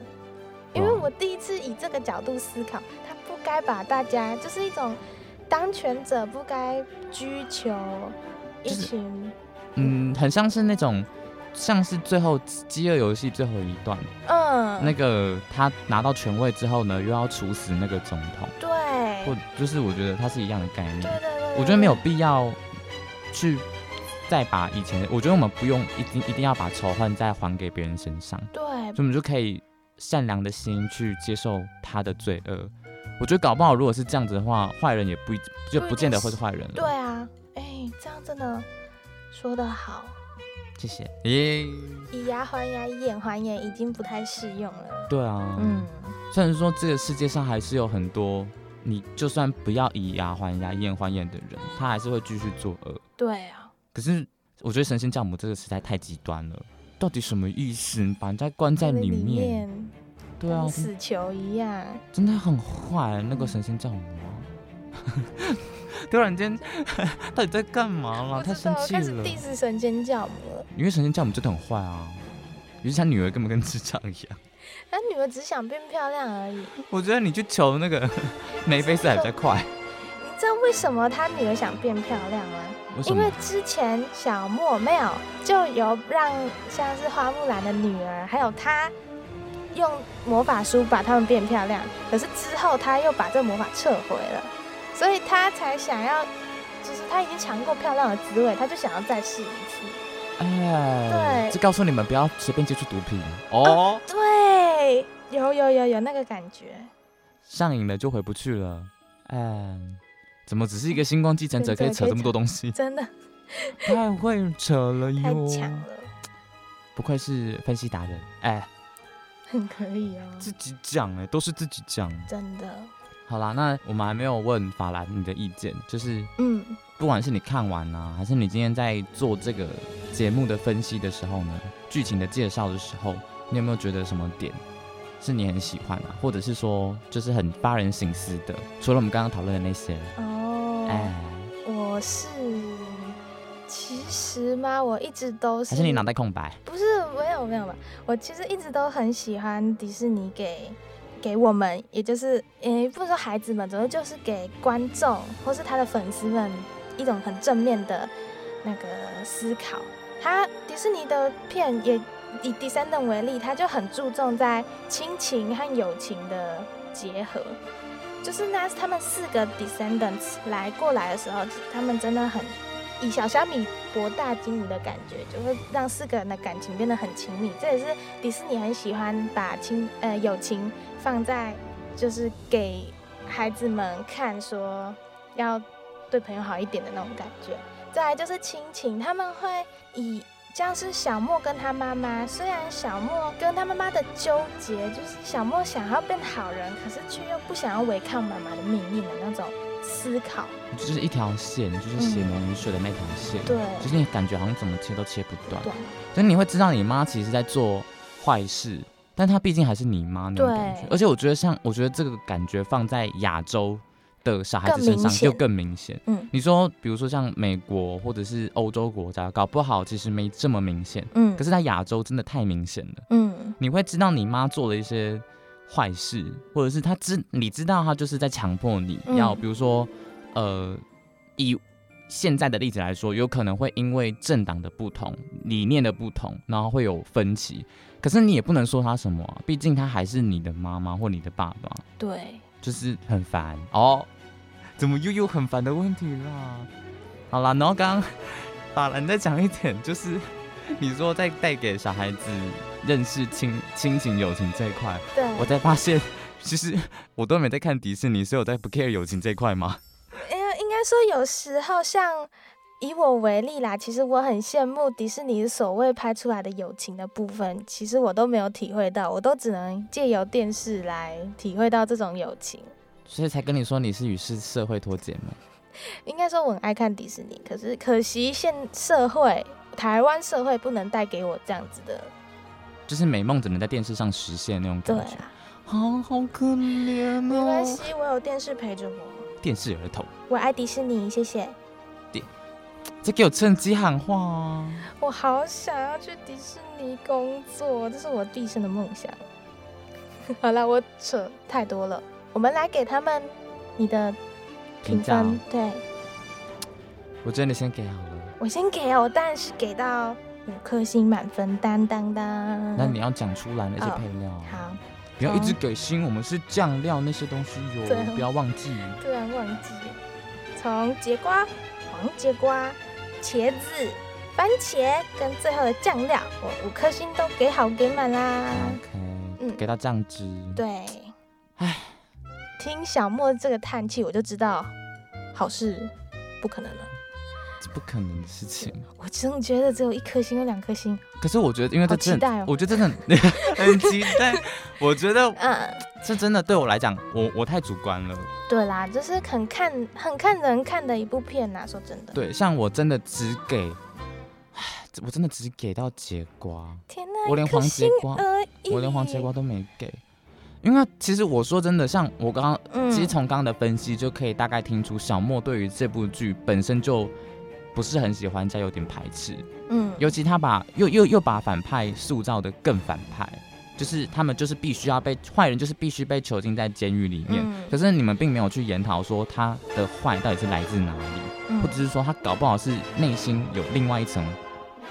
Speaker 3: 因为
Speaker 2: 哇
Speaker 3: 我第一次以这个角度思考，他不该把大家就是一种当权者不该追求一
Speaker 2: 就是
Speaker 3: 群，
Speaker 2: 嗯，很像是那种像是最后饥饿游戏最后一段，
Speaker 3: 嗯，
Speaker 2: 那个他拿到权位之后呢，又要处死那个总统，
Speaker 3: 对，嗯
Speaker 2: 或就是我觉得它是一样的概
Speaker 3: 对对
Speaker 2: 念，
Speaker 3: 对对，
Speaker 2: 我觉得没有必要去。再把以前，我觉得我们不用一定一定要把仇恨再还给别人身上，
Speaker 3: 对
Speaker 2: 所以我们就可以善良的心去接受他的罪恶。我觉得搞不好如果是这样子的话，坏人也不一就不见得会是坏人了。
Speaker 3: 对，啊，哎，这样真的说得好，
Speaker 2: 谢谢。耶、
Speaker 3: 以牙还牙，以眼还眼，已经不太适用了，
Speaker 2: 对啊，
Speaker 3: 嗯，
Speaker 2: 虽然说这个世界上还是有很多你就算不要以牙还牙、以眼还眼的人，他还是会继续作恶。
Speaker 3: 对啊，
Speaker 2: 可是我觉得神仙教母这个实在太极端了，到底什么意思？你把人家关在里面，
Speaker 3: 面
Speaker 2: 对啊
Speaker 3: 跟，死囚一样。
Speaker 2: 真的很坏，那个神仙教母啊。 突然间， 到底在干嘛啦？
Speaker 3: 不
Speaker 2: 啊太
Speaker 3: 知道
Speaker 2: 生气
Speaker 3: 开始
Speaker 2: 了。
Speaker 3: diss 神仙教母了。
Speaker 2: 因为神仙教母真的很坏啊，尤其他女儿根本跟智障一 样。
Speaker 3: 那女儿只想变漂亮而已。你
Speaker 2: 我觉得你去求 那个梅菲斯还比较快。
Speaker 3: 知道为什么她女儿想变漂亮吗？
Speaker 2: 为什
Speaker 3: 因
Speaker 2: 么
Speaker 3: 为？之前小莫没有就有让像是花木兰的女儿，还有她用魔法书把她们变漂亮，可是之后她又把这个魔法撤回了，所以她才想要，就是她已经尝过漂亮的滋味，她就想要再试一次。
Speaker 2: 哎，
Speaker 3: 对
Speaker 2: 这告诉你们不要随便接触毒品哦，
Speaker 3: 对，有有有有那个感觉，
Speaker 2: 上瘾了就回不去了。哎，怎么只是一个星光继承者可以
Speaker 3: 真的
Speaker 2: 扯这么多东西？
Speaker 3: 真的
Speaker 2: 太会扯了
Speaker 3: 太
Speaker 2: 哟！
Speaker 3: 强了，
Speaker 2: 不愧是分析达人，哎，
Speaker 3: 很可以哦，
Speaker 2: 自己讲哎，都是自己讲。
Speaker 3: 真的，
Speaker 2: 好啦，那我们还没有问法兰你的意见，就是
Speaker 3: 嗯。
Speaker 2: 不管是你看完啊，还是你今天在做这个节目的分析的时候呢，剧情的介绍的时候，你有没有觉得什么点是你很喜欢啊，或者是说就是很发人省思的？除了我们刚刚讨论的那些，
Speaker 3: 哦，
Speaker 2: 哎，
Speaker 3: 我是其实嘛，我一直都是
Speaker 2: 还是你脑袋空白？
Speaker 3: 不是没有没有吧？我其实一直都很喜欢迪士尼给给我们，也就是诶、不能说孩子们，总之就是给观众或是他的粉丝们一种很正面的那个思考。他迪士尼的片也以第三等为例，他就很注重在亲情和友情的结合。就是那他们四个 descendants 来过来的时候，他们真的很以小虾米博大精深的感觉，就会让四个人的感情变得很亲密。这也是迪士尼很喜欢把亲呃友情放在就是给孩子们看，说要对朋友好一点的那种感觉。再来就是亲情，他们会以像是小莫跟他妈妈，虽然小莫跟他妈妈的纠结，就是小莫想要变好人，可是却又不想要违抗妈妈的命运的那种思考。
Speaker 2: 就是一条线，就是血浓于水的那条线，
Speaker 3: 对
Speaker 2: 就是你感觉好像怎么切都切不断，
Speaker 3: 对
Speaker 2: 就是你会知道你妈其实在做坏事，但她毕竟还是你妈那种
Speaker 3: 对
Speaker 2: 感觉。而且我觉得像，我觉得这个感觉放在亚洲的小孩子
Speaker 3: 更
Speaker 2: 身
Speaker 3: 明
Speaker 2: 上
Speaker 3: 显
Speaker 2: 就更明显。
Speaker 3: 嗯
Speaker 2: 你说，比如说像美国或者是欧洲国家，搞不好其实没这么明显，
Speaker 3: 嗯
Speaker 2: 可是在亚洲真的太明显了。
Speaker 3: 嗯，
Speaker 2: 你会知道你妈做了一些坏事，或者是她知你知道她就是在强迫你
Speaker 3: 嗯
Speaker 2: 要，比如说，呃，以现在的例子来说，有可能会因为政党的不同、理念的不同，然后会有分歧。可是你也不能说她什么啊、毕竟她还是你的妈妈或你的爸爸，
Speaker 3: 对，
Speaker 2: 就是很烦哦。怎么又有很烦的问题啦？好啦，然后刚 刚法兰再讲一点，就是你说在带给小孩子认识亲亲情友情这一块，
Speaker 3: 对，
Speaker 2: 我才发现，其实我都没在看迪士尼，所以我在不 care 友情这一块吗？
Speaker 3: 因为应该说有时候像以我为例啦，其实我很羡慕迪士尼所谓拍出来的友情的部分，其实我都没有体会到，我都只能借由电视来体会到这种友情。
Speaker 2: 所以才跟你说你是与世社会脱节嘛。
Speaker 3: 应该说我很爱看迪士尼，可是可惜现社会台湾社会不能带给我这样子的，
Speaker 2: 就是美梦只能在电视上实现那种
Speaker 3: 对
Speaker 2: 感觉，
Speaker 3: 啊，
Speaker 2: 啊，好可怜
Speaker 3: 没关
Speaker 2: 哦！
Speaker 3: 系，我有电视陪着我，
Speaker 2: 电视儿童，
Speaker 3: 我爱迪士尼，谢谢。
Speaker 2: 再给我趁机喊话啊！
Speaker 3: 我好想要去迪士尼工作，这是我毕生的梦想。 好了，我扯太多了，我们来给他们你的评
Speaker 2: 评价哦
Speaker 3: 分。对
Speaker 2: 我真的先给好了。
Speaker 3: 我先给啊，我当然是给到五颗星满分，当当当。
Speaker 2: 那你要讲出来那些配料啊，
Speaker 3: 好，
Speaker 2: 不要一直给星，我们是酱料那些东西
Speaker 3: 对啊
Speaker 2: 哟，不要忘记。
Speaker 3: 突然忘记，从节瓜、黄节瓜、茄子、番茄跟最后的酱料，我五颗星都给好给满啦。
Speaker 2: OK，
Speaker 3: 嗯
Speaker 2: 给到酱汁。，
Speaker 3: 对，
Speaker 2: 唉，
Speaker 3: 听小莫这个叹气，我就知道好事不可能了。
Speaker 2: 这不可能的事情。
Speaker 3: 我真的觉得只有一颗星有两颗星，
Speaker 2: 可是我觉得，因为这
Speaker 3: 好期
Speaker 2: 真的，
Speaker 3: 待哦
Speaker 2: 我觉得真 的 很很期待。我觉得
Speaker 3: 嗯，
Speaker 2: 这真的对我来讲，我我太主观了。
Speaker 3: 对啦，就是很看很看人看的一部片呐、说真的，
Speaker 2: 对，像我真的只给， 唉我真的只给到节瓜。
Speaker 3: 天呐，
Speaker 2: 我连
Speaker 3: 一颗
Speaker 2: 黄节
Speaker 3: 星
Speaker 2: 瓜
Speaker 3: 而已，
Speaker 2: 我连黄节瓜都没给。因为其实我说真的，像我刚刚，
Speaker 3: 嗯
Speaker 2: 其实从刚刚的分析就可以大概听出，小莫对于这部剧本身就不是很喜欢，加有点排斥。
Speaker 3: 嗯，
Speaker 2: 尤其他把又又又把反派塑造的更反派，就是他们就是必须要被坏人，就是必须被囚禁在监狱里面。
Speaker 3: 嗯
Speaker 2: 可是你们并没有去研讨说他的坏到底是来自哪里，
Speaker 3: 嗯
Speaker 2: 或者是说他搞不好是内心有另外一层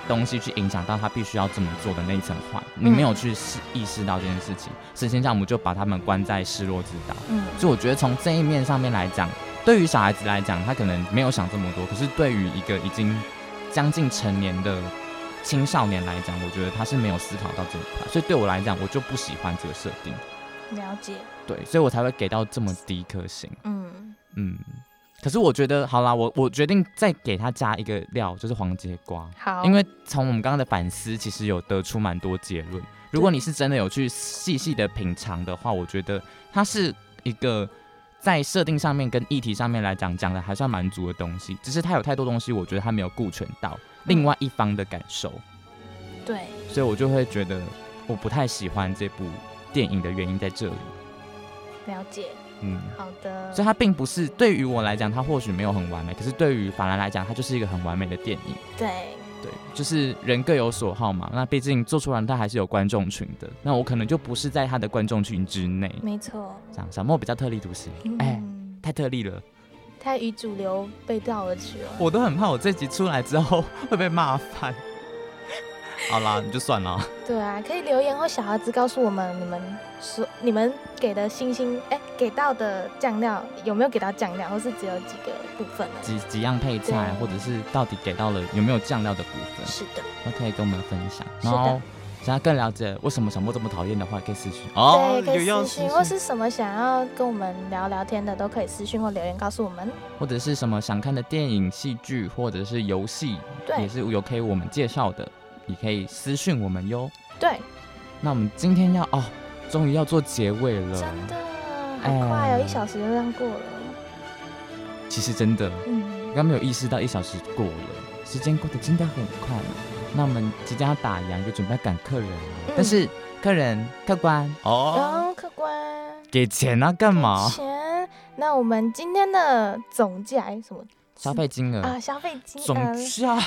Speaker 2: 东西去影响到他必须要这么做的那一层环，你没有去识意识到这件事情，神仙教母就把他们关在失落之岛。
Speaker 3: 嗯
Speaker 2: 所以我觉得从这一面上面来讲，对于小孩子来讲，他可能没有想这么多，可是对于一个已经将近成年的青少年来讲，我觉得他是没有思考到这一块，所以对我来讲，我就不喜欢这个设定，
Speaker 3: 了解，
Speaker 2: 对，所以我才会给到这么低一颗星。
Speaker 3: 嗯，
Speaker 2: 嗯，可是我觉得好啦，我我决定再给他加一个料，就是黄节瓜，
Speaker 3: 好，
Speaker 2: 因为从我们刚刚的反思，其实有得出蛮多结论。如果你是真的有去细细的品尝的话，我觉得它是一个在设定上面跟议题上面来讲讲的还算蛮足的东西，只是它有太多东西，我觉得它没有顾全到另外一方的感受，
Speaker 3: 对，
Speaker 2: 所以我就会觉得我不太喜欢这部电影的原因在这里。
Speaker 3: 了解，
Speaker 2: 嗯，
Speaker 3: 好的，
Speaker 2: 所以它并不是对于我来讲，它或许没有很完美，可是对于法兰来讲，它就是一个很完美的电影。
Speaker 3: 对，
Speaker 2: 对，就是人各有所好嘛。那毕竟做出来它还是有观众群的，那我可能就不是在他的观众群之内。
Speaker 3: 没错，
Speaker 2: 这样，小莫比较特立独行，哎、
Speaker 3: 嗯，
Speaker 2: 太特立了，
Speaker 3: 太与主流背道而驰了，
Speaker 2: 我都很怕我这集出来之后会被骂翻。好啦，你就算 了。
Speaker 3: 对啊，可以留言或小盒子告诉我们你们说你们给的星星，哎、给到的酱料有没有给到酱料，或是只有几个部分呢？
Speaker 2: 几几样配菜，
Speaker 3: 对
Speaker 2: 或者是到底给到了有没有酱料的部分，
Speaker 3: 是的，
Speaker 2: 都可以跟我们分享。
Speaker 3: 是
Speaker 2: 然
Speaker 3: 的
Speaker 2: 后想要更了解为什么小莫这么讨厌的话，可以私讯
Speaker 3: 对，
Speaker 2: 哦，
Speaker 3: 可以私
Speaker 2: 用
Speaker 3: 讯或是什么想要跟我们聊聊天的，都可以私讯或留言告诉我们。
Speaker 2: 或者是什么想看的电影、戏剧或者是游戏，也
Speaker 3: 对
Speaker 2: 是有可以我们介绍的，也可以私讯我们哟。
Speaker 3: 对，
Speaker 2: 那我们今天要哦，终于要做结尾了，
Speaker 3: 真的很快
Speaker 2: 哎
Speaker 3: 哦，一小时就这样过了。
Speaker 2: 其实真的，
Speaker 3: 嗯，
Speaker 2: 刚没有意识到一小时过了，时间过得真的很快。那我们即将要打烊，也准备要赶客人了，
Speaker 3: 嗯
Speaker 2: 但是客人客官
Speaker 3: 然
Speaker 2: 哦，
Speaker 3: 后客官
Speaker 2: 给钱啊，干嘛？
Speaker 3: 钱，那我们今天的总价哎什么
Speaker 2: 消费金额
Speaker 3: 啊？消费
Speaker 2: 嗯
Speaker 3: 金
Speaker 2: 总啊
Speaker 3: 额
Speaker 2: 价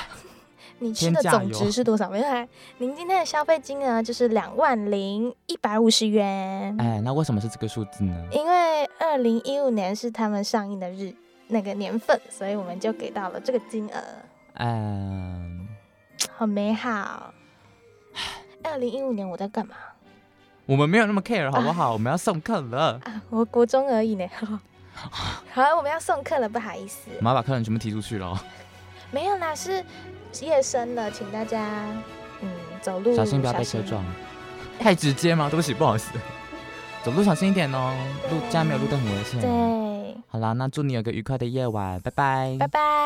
Speaker 3: 你吃
Speaker 2: 天
Speaker 3: 的
Speaker 2: 价
Speaker 3: 总
Speaker 2: 油
Speaker 3: 值是多少？没有啊，您今天的消费金额就是两万零一百五十元，
Speaker 2: 哎，那为什么是这个数字呢？
Speaker 3: 因为二零一五年是他们上映的日那个年份，所以我们就给到了这个金额，
Speaker 2: 嗯，
Speaker 3: 好美好。二零一五年我在干嘛
Speaker 2: 我们没有那么 care 好不好？我们要送客了。
Speaker 3: 啊？我国中而 已呢。好，我们要送客了，不好意思
Speaker 2: 我，们要把客人全部踢出去了哦，
Speaker 3: 没有啦，是夜深了，请大家嗯走路
Speaker 2: 小心不要被车撞。。太直接吗？对不起，不好意思。 走路小心一点哦，路家没有路灯很危险。
Speaker 3: 对，
Speaker 2: 嗯好啦，那祝你有个愉快的夜晚，拜拜。
Speaker 3: 拜拜。